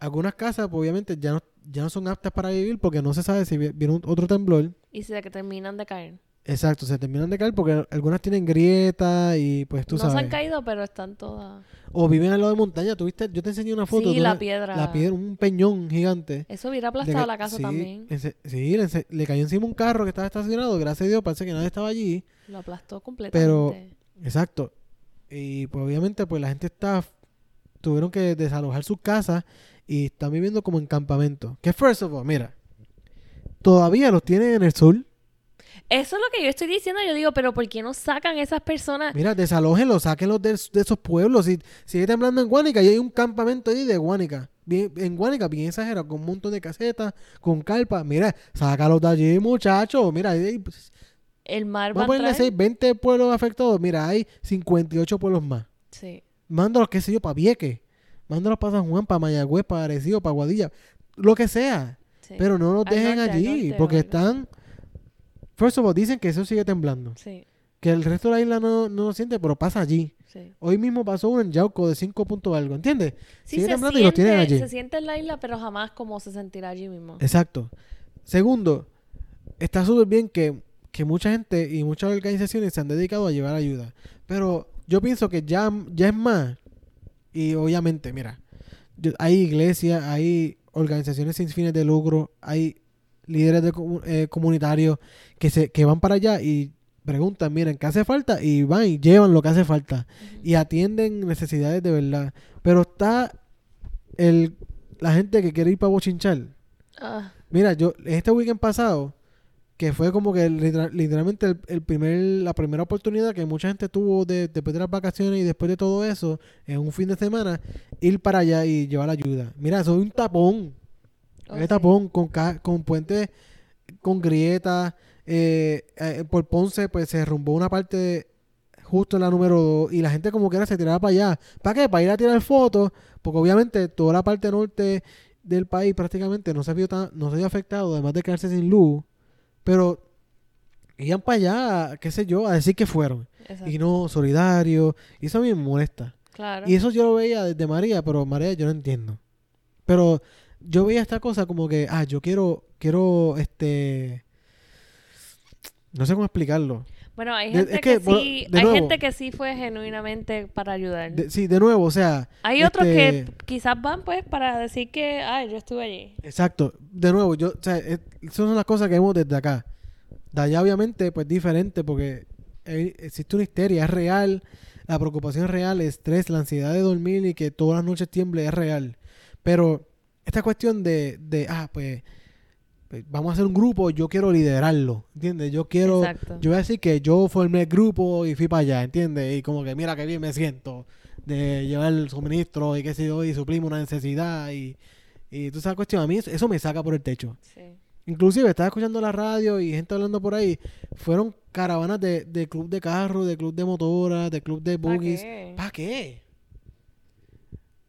Speaker 2: Algunas casas, pues, obviamente, ya no, ya no son aptas para vivir porque no se sabe si vi- viene un- otro temblor.
Speaker 3: Y se que terminan de caer.
Speaker 2: Exacto, se terminan de caer porque algunas tienen grietas y pues tú
Speaker 3: no
Speaker 2: sabes.
Speaker 3: se han caído, pero están todas.
Speaker 2: O viven al lado de montaña. ¿Tuviste? Yo te enseñé una foto.
Speaker 3: Sí,
Speaker 2: de
Speaker 3: la
Speaker 2: una-
Speaker 3: piedra.
Speaker 2: La piedra, un peñón gigante.
Speaker 3: Eso hubiera
Speaker 2: Le
Speaker 3: aplastado
Speaker 2: ca-
Speaker 3: la casa
Speaker 2: sí, Eh,
Speaker 3: también.
Speaker 2: ense- sí, le, ense- le cayó encima un carro que estaba estacionado. Gracias a Dios, parece que nadie estaba allí.
Speaker 3: Lo
Speaker 2: Pero-
Speaker 3: aplastó completamente.
Speaker 2: Exacto. Y pues obviamente pues la gente está tuvieron que desalojar sus casas y están viviendo como en campamento. Que first of all, mira, todavía los tienen en el sur.
Speaker 3: Eso es lo que yo estoy diciendo. Yo digo, pero ¿por qué no sacan esas personas?
Speaker 2: Mira, desalójenlos, sáquenlos de, de esos pueblos. Si sigue temblando en Guánica, y hay un campamento ahí de Guánica. Bien, en Guánica, bien exagerado, con un montón de casetas, con carpas. Mira, sácalos de allí, muchachos. Mira, hay-
Speaker 3: El mar
Speaker 2: vamos
Speaker 3: va
Speaker 2: a
Speaker 3: a
Speaker 2: ponerle
Speaker 3: entrar.
Speaker 2: seis, 20 pueblos afectados. Mira, hay 58 pueblos más.
Speaker 3: Sí.
Speaker 2: Mándalos, qué sé yo, para Vieques. Mándalos para San Juan, para Mayagüez, para Arecibo, para Guadilla. Lo que sea.
Speaker 3: sí.
Speaker 2: Pero no los
Speaker 3: Al
Speaker 2: dejen
Speaker 3: norte, al
Speaker 2: allí.
Speaker 3: norte o
Speaker 2: porque
Speaker 3: algo.
Speaker 2: están... First of all, dicen que eso sigue temblando.
Speaker 3: Sí,
Speaker 2: Que el resto de la isla no, no lo siente, pero pasa allí.
Speaker 3: sí.
Speaker 2: Hoy mismo pasó uno en Yauco de 5 puntos algo, ¿entiendes?
Speaker 3: Sí,
Speaker 2: sigue
Speaker 3: se,
Speaker 2: temblando
Speaker 3: siente,
Speaker 2: y los tienen allí.
Speaker 3: se siente en la isla, pero jamás como se sentirá allí mismo.
Speaker 2: Exacto. Segundo, está súper bien que, que mucha gente y muchas organizaciones se han dedicado a llevar ayuda. Pero yo pienso que ya, ya es más. Y obviamente, mira, yo- hay iglesias, hay organizaciones sin fines de lucro, hay líderes de comu- eh, comunitarios que, se, que van para allá y preguntan, miren, ¿qué hace falta? Y van y llevan lo que hace falta. Y atienden necesidades de verdad. Pero está el, la gente que quiere ir para bochinchar.
Speaker 3: Ah,
Speaker 2: Mira, yo este weekend pasado, que fue como que literal- literalmente el, el primer, la primera oportunidad que mucha gente tuvo de- después de las vacaciones y después de todo eso, en un fin de semana, ir para allá y llevar ayuda. Mira, eso es un tapón.
Speaker 3: oh,
Speaker 2: un
Speaker 3: sí.
Speaker 2: tapón con, ca- con puentes, con grietas. eh, eh, por Ponce, pues se derrumbó una parte justo en la número 2 y la gente como quiera se tiraba para allá. ¿Para qué? Para ir a tirar fotos, porque obviamente toda la parte norte del país prácticamente no se vio tan, no se vio afectado, además de quedarse sin luz, pero iban para allá, qué sé yo, a decir que fueron.
Speaker 3: Exacto.
Speaker 2: Y no, solidario, y eso a mí me molesta.
Speaker 3: Claro.
Speaker 2: Y eso yo lo veía desde María, pero María yo no entiendo. Pero yo veía esta cosa como que, ah, yo quiero, quiero, este, no sé cómo explicarlo.
Speaker 3: Bueno, hay
Speaker 2: De-
Speaker 3: gente
Speaker 2: es
Speaker 3: que,
Speaker 2: que, bueno,
Speaker 3: sí,
Speaker 2: de
Speaker 3: hay
Speaker 2: nuevo.
Speaker 3: gente que sí fue genuinamente para ayudar.
Speaker 2: De- sí, de nuevo, o sea,
Speaker 3: hay otros
Speaker 2: este-
Speaker 3: que quizás van pues para decir que, ay, yo estuve allí.
Speaker 2: Exacto. De nuevo, yo, o sea, eh, esas son las cosas que vemos desde acá. De allá, obviamente, pues diferente, porque eh, existe una histeria, es real, la preocupación es real, el estrés, la ansiedad de dormir y que todas las noches tiemble es real. Pero esta cuestión de, de ah, pues, pues, vamos a hacer un grupo, yo quiero liderarlo, ¿entiendes? Yo quiero,
Speaker 3: Exacto.
Speaker 2: yo voy a decir que yo formé el grupo y fui para allá, ¿entiendes? Y como que mira qué bien me siento de llevar el suministro y qué sé yo, y suplimos una necesidad y, y toda esa cuestión. A mí eso- eso me saca por el techo.
Speaker 3: Sí.
Speaker 2: Inclusive estaba escuchando la radio y gente hablando por ahí. Fueron caravanas de, de club de carro, de club de motora, de club de
Speaker 3: ¿Pa'
Speaker 2: boogies.
Speaker 3: qué?
Speaker 2: ¿Para qué?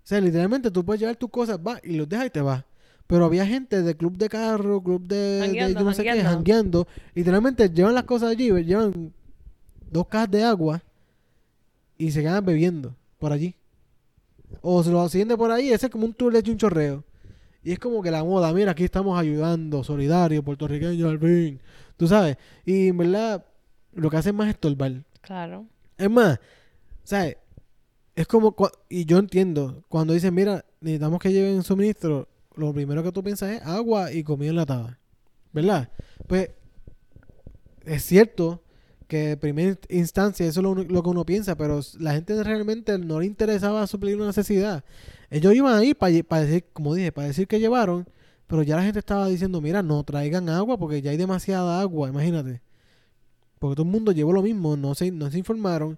Speaker 2: O sea, literalmente tú puedes llevar tus cosas, vas y los dejas y te vas. Pero había gente de club de carro, club de, de
Speaker 3: Jangueando,
Speaker 2: yo no sé qué,
Speaker 3: jangueando.
Speaker 2: jangueando. Literalmente llevan las cosas allí, llevan dos cajas de agua y se quedan bebiendo por allí. O se lo asciende por ahí, ese es como un tour de chorreo. Y es como que la moda, mira, aquí estamos ayudando, solidario, puertorriqueño, al fin. Tú sabes. Y en verdad, lo que hacen más es estorbar.
Speaker 3: Claro.
Speaker 2: Es más, ¿sabes? Es como, cua- y yo entiendo, cuando dicen, mira, necesitamos que lleven suministro, lo primero que tú piensas es agua y comida enlatada, ¿verdad? Pues es cierto que en primera inst- instancia eso es lo, uni- lo que uno piensa, pero s- la gente realmente no le interesaba suplir una necesidad. Ellos iban ahí para decir, como dije, para decir que llevaron, pero ya la gente estaba diciendo, mira, no traigan agua porque ya hay demasiada agua, imagínate. Porque todo el mundo llevó lo mismo, no se, no se informaron.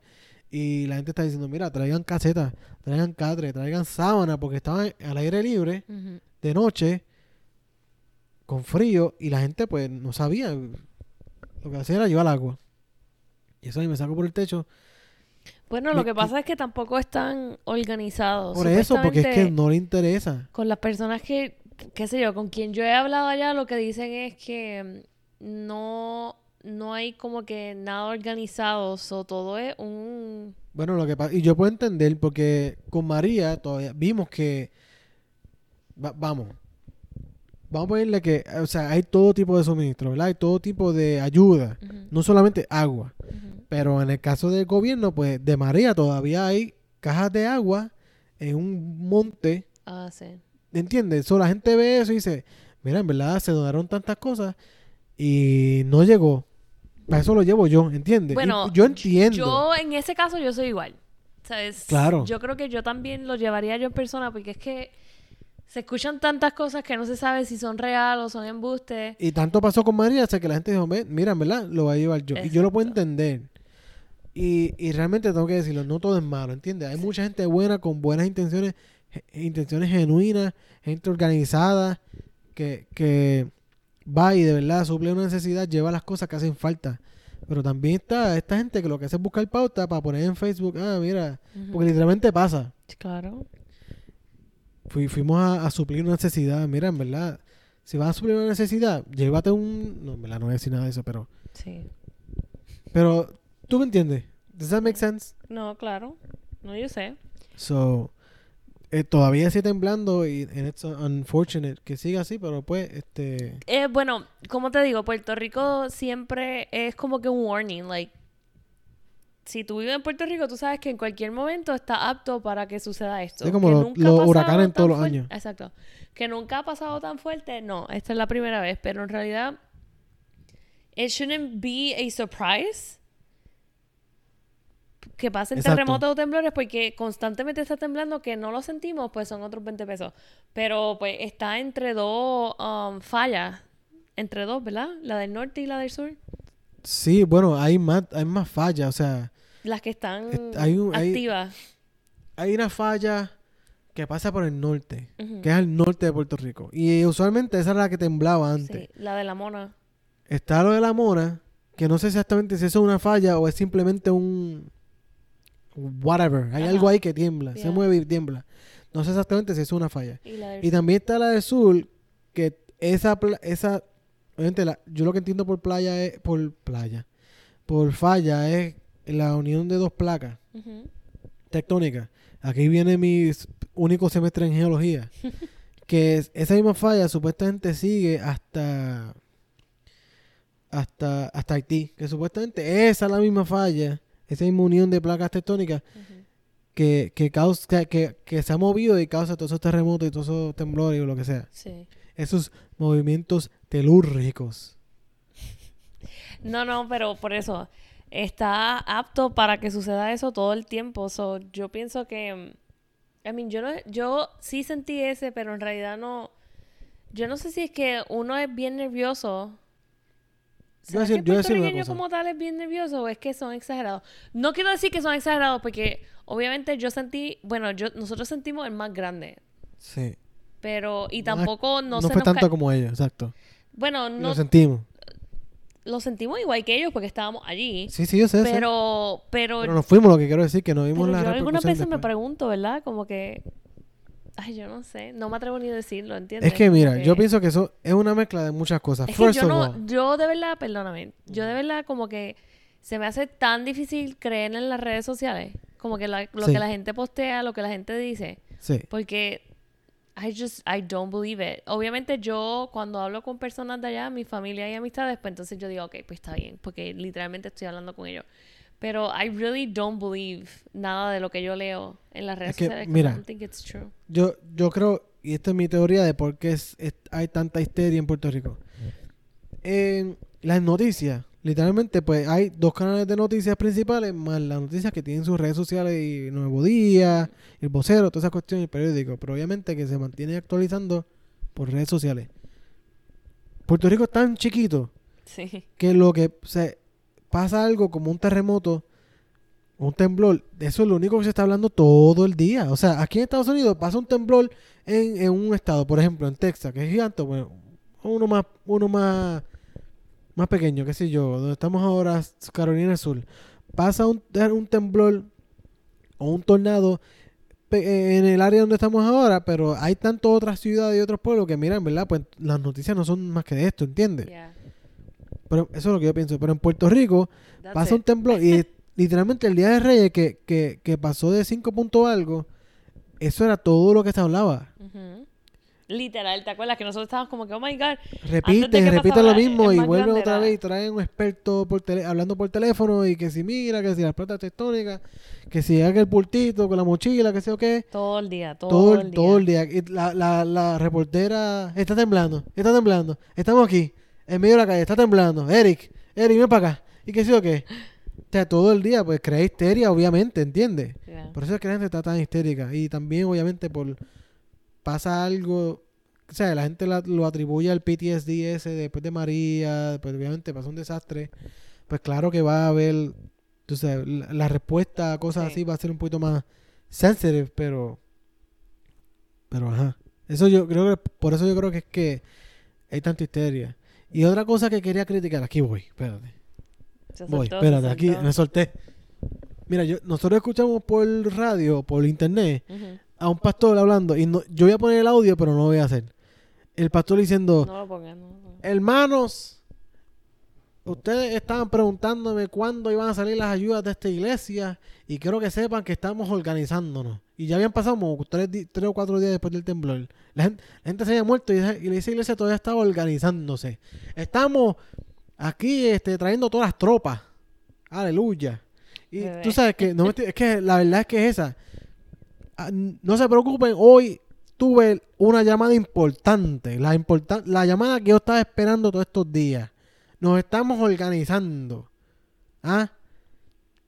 Speaker 2: Y la gente está diciendo, mira, traigan casetas, traigan cadre, traigan sábana, porque estaban al aire libre,
Speaker 3: Ujú.
Speaker 2: de noche, con frío, y la gente pues no sabía. Lo que hacía era llevar agua. Y eso ahí me saco por el techo.
Speaker 3: Bueno,
Speaker 2: Me-
Speaker 3: lo que pasa es que tampoco están organizados.
Speaker 2: Por eso, porque es que
Speaker 3: Supuestamente,
Speaker 2: no le interesa.
Speaker 3: Con las personas que, qué sé yo, con quien yo he hablado allá, lo que dicen es que mm, no, no hay como que nada organizado. So, todo es un...
Speaker 2: Bueno, lo que pasa, y yo puedo entender porque con María todavía vimos que, va- vamos, vamos a ponerle que, eh, o sea, hay todo tipo de suministro, ¿verdad? Hay todo tipo de ayuda,
Speaker 3: Ujú,
Speaker 2: no solamente agua,
Speaker 3: ujú.
Speaker 2: pero en el caso del gobierno, pues de María todavía hay cajas de agua en un monte,
Speaker 3: Ah, sí.
Speaker 2: ¿entiendes? So, la gente ve eso y dice, mira, en verdad se donaron tantas cosas y no llegó. Para eso lo llevo yo, ¿entiendes? Y
Speaker 3: Bueno,
Speaker 2: yo entiendo.
Speaker 3: Yo, en ese caso, yo soy igual. ¿Sabes?
Speaker 2: Claro.
Speaker 3: Yo creo que yo también lo llevaría yo en persona porque es que se escuchan tantas cosas que no se sabe si son reales o son embustes.
Speaker 2: Y tanto pasó con María hasta que la gente dijo, "Ve, mira, en verdad, lo voy a llevar yo. Y yo lo puedo entender. Y, y realmente tengo que decirlo, no todo es malo, ¿entiendes? Hay mucha gente buena con buenas intenciones, ge- intenciones genuinas, gente organizada, que, que va y de verdad suple una necesidad, lleva las cosas que hacen falta. Pero también está esta gente que lo que hace es buscar pauta para poner en Facebook, ah, mira,
Speaker 3: Ujú.
Speaker 2: porque literalmente pasa.
Speaker 3: Claro.
Speaker 2: Fui- fuimos a, a suplir una necesidad. Mira, en verdad, si vas a suplir una necesidad, llévate un. No, en verdad, no voy a decir nada de eso, pero.
Speaker 3: Sí.
Speaker 2: Pero, ¿tú me entiendes? ¿Does that make sense?
Speaker 3: No, claro. No, yo sé.
Speaker 2: So, eh, todavía sigue temblando y and it's unfortunate que siga así, pero pues, este.
Speaker 3: Eh, bueno, como te digo, Puerto Rico siempre es como que un warning, like si tú vives en Puerto Rico, tú sabes que en cualquier momento está apto para que suceda esto.
Speaker 2: Sí, como
Speaker 3: Que
Speaker 2: los-
Speaker 3: nunca ha
Speaker 2: los
Speaker 3: pasado
Speaker 2: huracanes
Speaker 3: tan
Speaker 2: todos los
Speaker 3: fuerte-
Speaker 2: años.
Speaker 3: Exacto. Que nunca ha pasado tan fuerte, no, esta es la primera vez, pero en realidad it shouldn't be a surprise que pasen
Speaker 2: Exacto.
Speaker 3: terremotos o temblores porque constantemente está temblando que no lo sentimos, pues son otros 20 pesos. Pero pues está entre dos um, fallas, entre dos, ¿verdad? La del norte y la del sur.
Speaker 2: Sí, bueno, hay más, hay más fallas, o sea,
Speaker 3: Las que están
Speaker 2: Est- Eh, hay un- hay-
Speaker 3: activas.
Speaker 2: hay una falla que pasa por el norte,
Speaker 3: Ujú.
Speaker 2: que es al norte de Puerto Rico. Y usualmente esa era la que temblaba antes.
Speaker 3: Sí, la de la mona.
Speaker 2: Está lo de la mona, que no sé exactamente si eso es una falla o es simplemente un whatever. Hay
Speaker 3: Ajá.
Speaker 2: algo ahí que tiembla, se
Speaker 3: Ya.
Speaker 2: mueve y tiembla. No sé exactamente si eso es una falla.
Speaker 3: Y la del
Speaker 2: Y también está la del sur, que esa pla- esa obviamente la- yo lo que entiendo por playa es por playa. Por falla es la unión de dos placas
Speaker 3: Ujú.
Speaker 2: tectónicas. Aquí viene mi s- único semestre en
Speaker 3: *laughs*
Speaker 2: geología. que es- esa misma falla supuestamente sigue hasta hasta hasta Haití, que supuestamente esa es la misma falla, esa misma unión de placas tectónicas
Speaker 3: Ujú.
Speaker 2: que, que causa que, que se ha movido y causa todos esos terremotos y todos esos temblores o lo que sea.
Speaker 3: Sí.
Speaker 2: Esos movimientos telúrgicos.
Speaker 3: No, no, pero por eso está apto para que suceda eso todo el tiempo. So, yo pienso que, mm, I mean, yo no, yo sí sentí ese, pero en realidad no. Yo no sé si es que uno es bien nervioso.
Speaker 2: Yo voy a
Speaker 3: ¿Será que
Speaker 2: decir- yo voy a
Speaker 3: el
Speaker 2: decir una
Speaker 3: puertorriqueño
Speaker 2: cosa.
Speaker 3: como tal es bien nervioso o es que son exagerados? No quiero decir que son exagerados porque obviamente yo sentí, bueno, yo nosotros sentimos el más grande,
Speaker 2: Sí.
Speaker 3: pero y tampoco no,
Speaker 2: No,
Speaker 3: se
Speaker 2: fue
Speaker 3: nos
Speaker 2: tanto
Speaker 3: ca-
Speaker 2: como ellos, exacto.
Speaker 3: bueno,
Speaker 2: Y
Speaker 3: no
Speaker 2: Lo
Speaker 3: lo,
Speaker 2: sentimos.
Speaker 3: sentimos igual que ellos porque estábamos allí,
Speaker 2: Sí, sí, yo sé. sé. Pero,
Speaker 3: pero pero
Speaker 2: nos fuimos, lo que quiero decir, que no vimos
Speaker 3: Pero
Speaker 2: la
Speaker 3: yo algunas veces
Speaker 2: repercusión
Speaker 3: me
Speaker 2: después.
Speaker 3: pregunto, ¿verdad? Como que. Ay, yo no sé. No me atrevo ni a decirlo, ¿entiendes?
Speaker 2: Es que mira,
Speaker 3: Como
Speaker 2: yo
Speaker 3: que-
Speaker 2: pienso que eso es una mezcla de muchas cosas.
Speaker 3: Es que
Speaker 2: First
Speaker 3: yo
Speaker 2: of
Speaker 3: no.
Speaker 2: all,
Speaker 3: Yo de verdad, perdóname. Yo de verdad, como que. Se me hace tan difícil creer en las redes sociales. Como que la- lo
Speaker 2: Sí.
Speaker 3: que la gente postea, lo que la gente dice.
Speaker 2: sí.
Speaker 3: Porque. I just. I don't believe it. Obviamente, yo cuando hablo con personas de allá, mi familia y amistades, pues entonces yo digo, ok, pues está bien. Porque literalmente estoy hablando con ellos. Pero I really don't believe nada de lo que yo leo en las redes
Speaker 2: Es que,
Speaker 3: sociales. 'cause
Speaker 2: mira,
Speaker 3: I don't think it's true.
Speaker 2: Yo, yo creo, y esta es mi teoría de por qué es- es- hay tanta histeria en Puerto Rico. En las noticias, literalmente, pues hay dos canales de noticias principales, más las noticias que tienen sus redes sociales y Nuevo Día, el vocero, todas esas cuestiones, el periódico. Pero obviamente que se mantiene actualizando por redes sociales. Puerto Rico es tan chiquito
Speaker 3: Sí.
Speaker 2: que lo que se pasa algo como un terremoto, un temblor, eso es lo único que se está hablando todo el día. O sea, aquí en Estados Unidos pasa un temblor en, en un estado, por ejemplo, en Texas, que es gigante, bueno, uno más, uno más, más pequeño, qué sé yo, donde estamos ahora, Carolina del Sur, pasa un, un temblor o un tornado pe- eh, en el área donde estamos ahora, pero hay tantas otras ciudades y otros pueblos que miran, ¿verdad? Pues las noticias no son más que de esto, ¿entiendes?
Speaker 3: Yeah.
Speaker 2: Pero eso es lo que yo pienso. Pero en Puerto Rico
Speaker 3: That's
Speaker 2: pasa un
Speaker 3: it.
Speaker 2: temblor y *laughs* literalmente el Día de Reyes que, que, que pasó de 5 punto algo, eso era todo lo que se hablaba.
Speaker 3: Ujú. Literal, ¿te acuerdas que nosotros estábamos como que, oh my god?
Speaker 2: Repiten,
Speaker 3: que
Speaker 2: repiten
Speaker 3: pasara,
Speaker 2: lo mismo
Speaker 3: el
Speaker 2: y
Speaker 3: más
Speaker 2: vuelven
Speaker 3: grande
Speaker 2: otra
Speaker 3: era-
Speaker 2: vez y traen un experto por tele- hablando por teléfono y que si mira, que si las placas tectónicas, que si haga el pultito con la mochila, que sé o qué.
Speaker 3: Todo el día, todo,
Speaker 2: Todo,
Speaker 3: el día.
Speaker 2: todo el día. Y la, la, la reportera está temblando, está temblando. Estamos aquí, en medio de la calle, está temblando. Eric, Eric, ven para acá. ¿Y qué sé yo qué? O sea, todo el día, pues crea histeria, obviamente, ¿entiendes?
Speaker 3: Yeah.
Speaker 2: Por eso es que la gente está tan histérica. Y también, obviamente, por pasa algo. O sea, la gente la- lo atribuye al PTSD ese después de María, pues obviamente pasó un desastre. Pues claro que va a haber, tú sabes, la, la respuesta a cosas
Speaker 3: Sí.
Speaker 2: así va a ser un poquito más sensitive, pero. Pero ajá. Eso yo creo que. Por eso yo creo que es que hay tanta histeria. Y otra cosa que quería criticar, aquí voy, espérate.
Speaker 3: Se
Speaker 2: Voy,
Speaker 3: soltó, se
Speaker 2: espérate, aquí
Speaker 3: soltó.
Speaker 2: me solté. Mira, yo, nosotros escuchamos por radio, por internet,
Speaker 3: Ujú.
Speaker 2: a un pastor hablando. Y no, yo voy a poner el audio, pero no lo voy a hacer. El pastor diciendo,
Speaker 3: No lo pongan, no lo pongan.
Speaker 2: hermanos, ustedes estaban preguntándome cuándo iban a salir las ayudas de esta iglesia. Y quiero que sepan que estamos organizándonos. Y ya habían pasado como tres, di- tres o cuatro días después del temblor. La gente, la gente se había muerto y, esa- y esa iglesia todavía estaba organizándose. Estamos aquí este, trayendo todas las tropas. Aleluya. Y
Speaker 3: Bebé.
Speaker 2: tú sabes que, no me estoy- es que la verdad es que es esa. Ah, n- No se preocupen, hoy tuve una llamada importante. La, importan- la llamada que yo estaba esperando todos estos días. Nos estamos organizando. ¿Ah?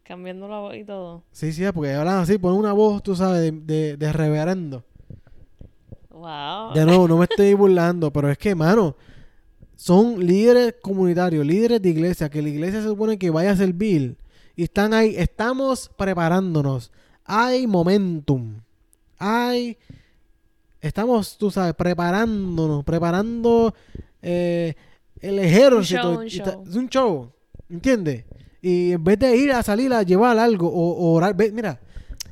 Speaker 3: Cambiando la voz y todo.
Speaker 2: Sí, sí, porque hablan así, ponen una voz, tú sabes, de, de, de reverendo.
Speaker 3: Wow.
Speaker 2: De nuevo, no me estoy burlando, pero es que, mano, son líderes comunitarios, líderes de iglesia, que la iglesia se supone que vaya a servir. Y están ahí, estamos preparándonos. Hay momentum. Hay. Estamos, tú sabes, preparándonos, preparando eh, el ejército.
Speaker 3: show, un
Speaker 2: Y está-
Speaker 3: show.
Speaker 2: Es un show, ¿entiendes? Y en vez de ir a salir a llevar algo o, o orar, ve- mira,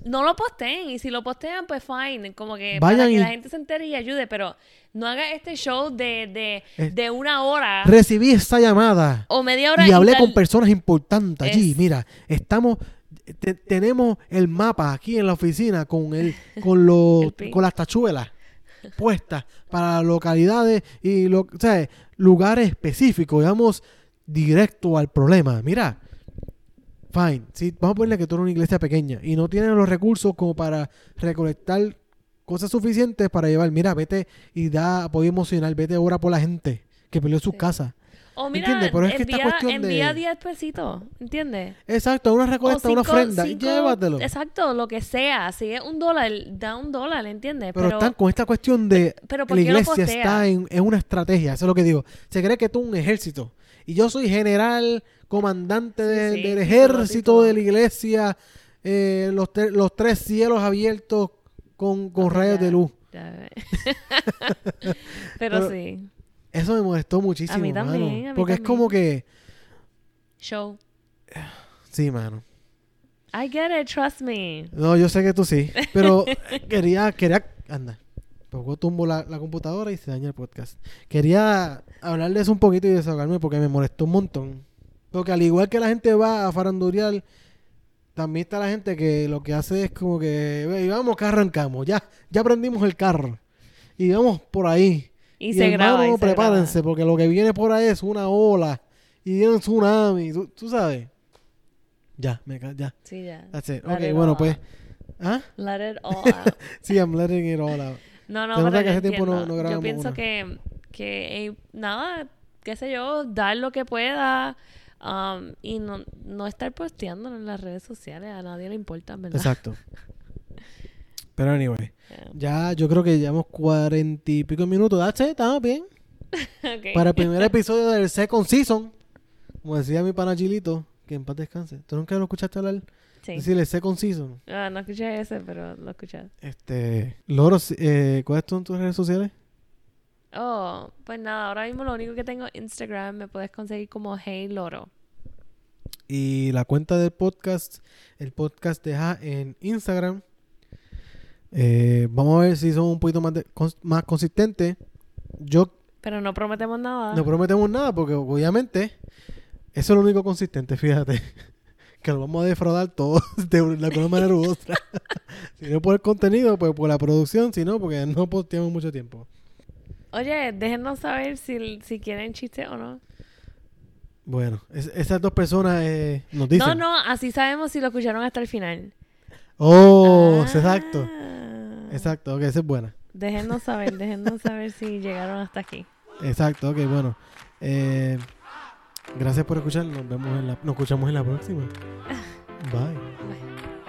Speaker 3: No lo posteen y si lo postean, pues fine. Como que para
Speaker 2: Vayan
Speaker 3: que
Speaker 2: y-
Speaker 3: la gente se entere y ayude, pero no haga este show de, de,
Speaker 2: Es-
Speaker 3: de una hora
Speaker 2: recibí esta llamada.
Speaker 3: o media hora.
Speaker 2: Eh, y hablé
Speaker 3: tal-
Speaker 2: con personas importantes allí.
Speaker 3: Es-
Speaker 2: Mira, estamos te- tenemos el mapa aquí en la oficina con el con los
Speaker 3: *laughs* El pin.
Speaker 2: con las tachuelas puestas para localidades y lo, o sea, lugares específicos, digamos directo al problema. Mira, fine, si vamos a ponerle que tú eres una iglesia pequeña y no tienes los recursos como para recolectar cosas suficientes para llevar, mira, vete y da apoyo emocional, vete ahora por la gente que perdió sus
Speaker 3: Sí.
Speaker 2: casas.
Speaker 3: O mira,
Speaker 2: ¿Entiendes? Pero es que esta
Speaker 3: envía,
Speaker 2: cuestión de-
Speaker 3: envía 10 pesitos, ¿entiendes?
Speaker 2: Exacto, una
Speaker 3: O
Speaker 2: recolecta, una
Speaker 3: cinco-
Speaker 2: ofrenda, y
Speaker 3: cinco-
Speaker 2: llévatelo.
Speaker 3: Exacto, lo que sea. Si es un dólar, da un dólar, ¿entiendes?
Speaker 2: Pero, están con esta cuestión de
Speaker 3: pero ¿por
Speaker 2: la
Speaker 3: qué lo
Speaker 2: iglesia
Speaker 3: postea?
Speaker 2: está en, en una estrategia, eso es lo que digo. Se cree que tú un ejército y yo soy general, comandante de-
Speaker 3: Sí,
Speaker 2: del
Speaker 3: sí,
Speaker 2: ejército
Speaker 3: todo.
Speaker 2: de la iglesia, eh, los, tre- los tres cielos abiertos con, con rayos
Speaker 3: Ya,
Speaker 2: de luz.
Speaker 3: ya *laughs* ve. pero,
Speaker 2: Pero-
Speaker 3: sí.
Speaker 2: Eso me molestó muchísimo, mano,
Speaker 3: también, a mí
Speaker 2: porque es
Speaker 3: también.
Speaker 2: como que,
Speaker 3: Show.
Speaker 2: sí, mano.
Speaker 3: I get it, trust me.
Speaker 2: No, yo sé que tú sí,
Speaker 3: *laughs*
Speaker 2: pero quería, quería, anda, poco tumbo la, la computadora y se daña el podcast. Quería hablarles un poquito y desahogarme porque me molestó un montón. Porque al igual que la gente va a farandurial, también está la gente que lo que hace es como que, "Ve, vamos que arrancamos, ya, ya prendimos el carro y vamos por ahí.
Speaker 3: Y, se graba. y
Speaker 2: hermano,
Speaker 3: se graba.
Speaker 2: prepárense porque lo que viene por ahí es una ola y viene un tsunami, tú, tú sabes. Ya, me ca- ya.
Speaker 3: Sí, ya.
Speaker 2: That's it.
Speaker 3: Let
Speaker 2: Ok,
Speaker 3: it
Speaker 2: bueno,
Speaker 3: all
Speaker 2: pues.
Speaker 3: out.
Speaker 2: ¿Ah?
Speaker 3: Let it
Speaker 2: *laughs*
Speaker 3: all out.
Speaker 2: Sí, I'm letting it all out.
Speaker 3: No, no,
Speaker 2: Se nota
Speaker 3: pero
Speaker 2: que
Speaker 3: yo
Speaker 2: hace tiempo no-
Speaker 3: entiendo.
Speaker 2: no
Speaker 3: Yo
Speaker 2: grabamos
Speaker 3: pienso
Speaker 2: una.
Speaker 3: que, que eh, nada, qué sé yo, dar lo que pueda um, y no, no estar posteando en las redes sociales. A nadie le importa, en *laughs* ¿verdad?
Speaker 2: Exacto. Pero anyway,
Speaker 3: Yeah.
Speaker 2: ya yo creo que llevamos cuarenta y pico minutos. That's it, estamos bien.
Speaker 3: *laughs* Ok.
Speaker 2: Para el primer episodio del second season, como decía mi pana Chilito, que en paz descanse. ¿Tú nunca lo escuchaste hablar?
Speaker 3: Sí.
Speaker 2: Decirle second season.
Speaker 3: Ah, no escuché ese, pero lo escuché.
Speaker 2: Este, Loro, eh, ¿cuáles son tus redes sociales?
Speaker 3: Oh, pues nada, ahora mismo lo único que tengo es Instagram. Me puedes conseguir como Hey Loro.
Speaker 2: Y la cuenta del podcast, el podcast deja en Instagram. Eh, vamos a ver si son un poquito más, de- cons- más consistentes. Yo
Speaker 3: Pero no prometemos nada.
Speaker 2: No prometemos nada porque obviamente eso es lo único consistente, fíjate. *laughs* Que lo vamos a defraudar todos *laughs* de una de alguna manera u otra. *laughs* si no por el contenido, pues por la producción, si no, porque no posteamos mucho tiempo.
Speaker 3: Oye, déjenos saber si, si quieren chiste o no.
Speaker 2: Bueno, es- esas dos personas eh, nos dicen.
Speaker 3: No, no, así sabemos si lo escucharon hasta el final.
Speaker 2: Oh, exacto.
Speaker 3: Ah.
Speaker 2: Exacto, ok, esa es buena.
Speaker 3: Déjenos saber, déjenos saber si llegaron hasta aquí.
Speaker 2: Exacto, ok, bueno. Eh, gracias por escucharnos. Nos vemos en la, nos escuchamos en la próxima. Bye.
Speaker 3: Bye.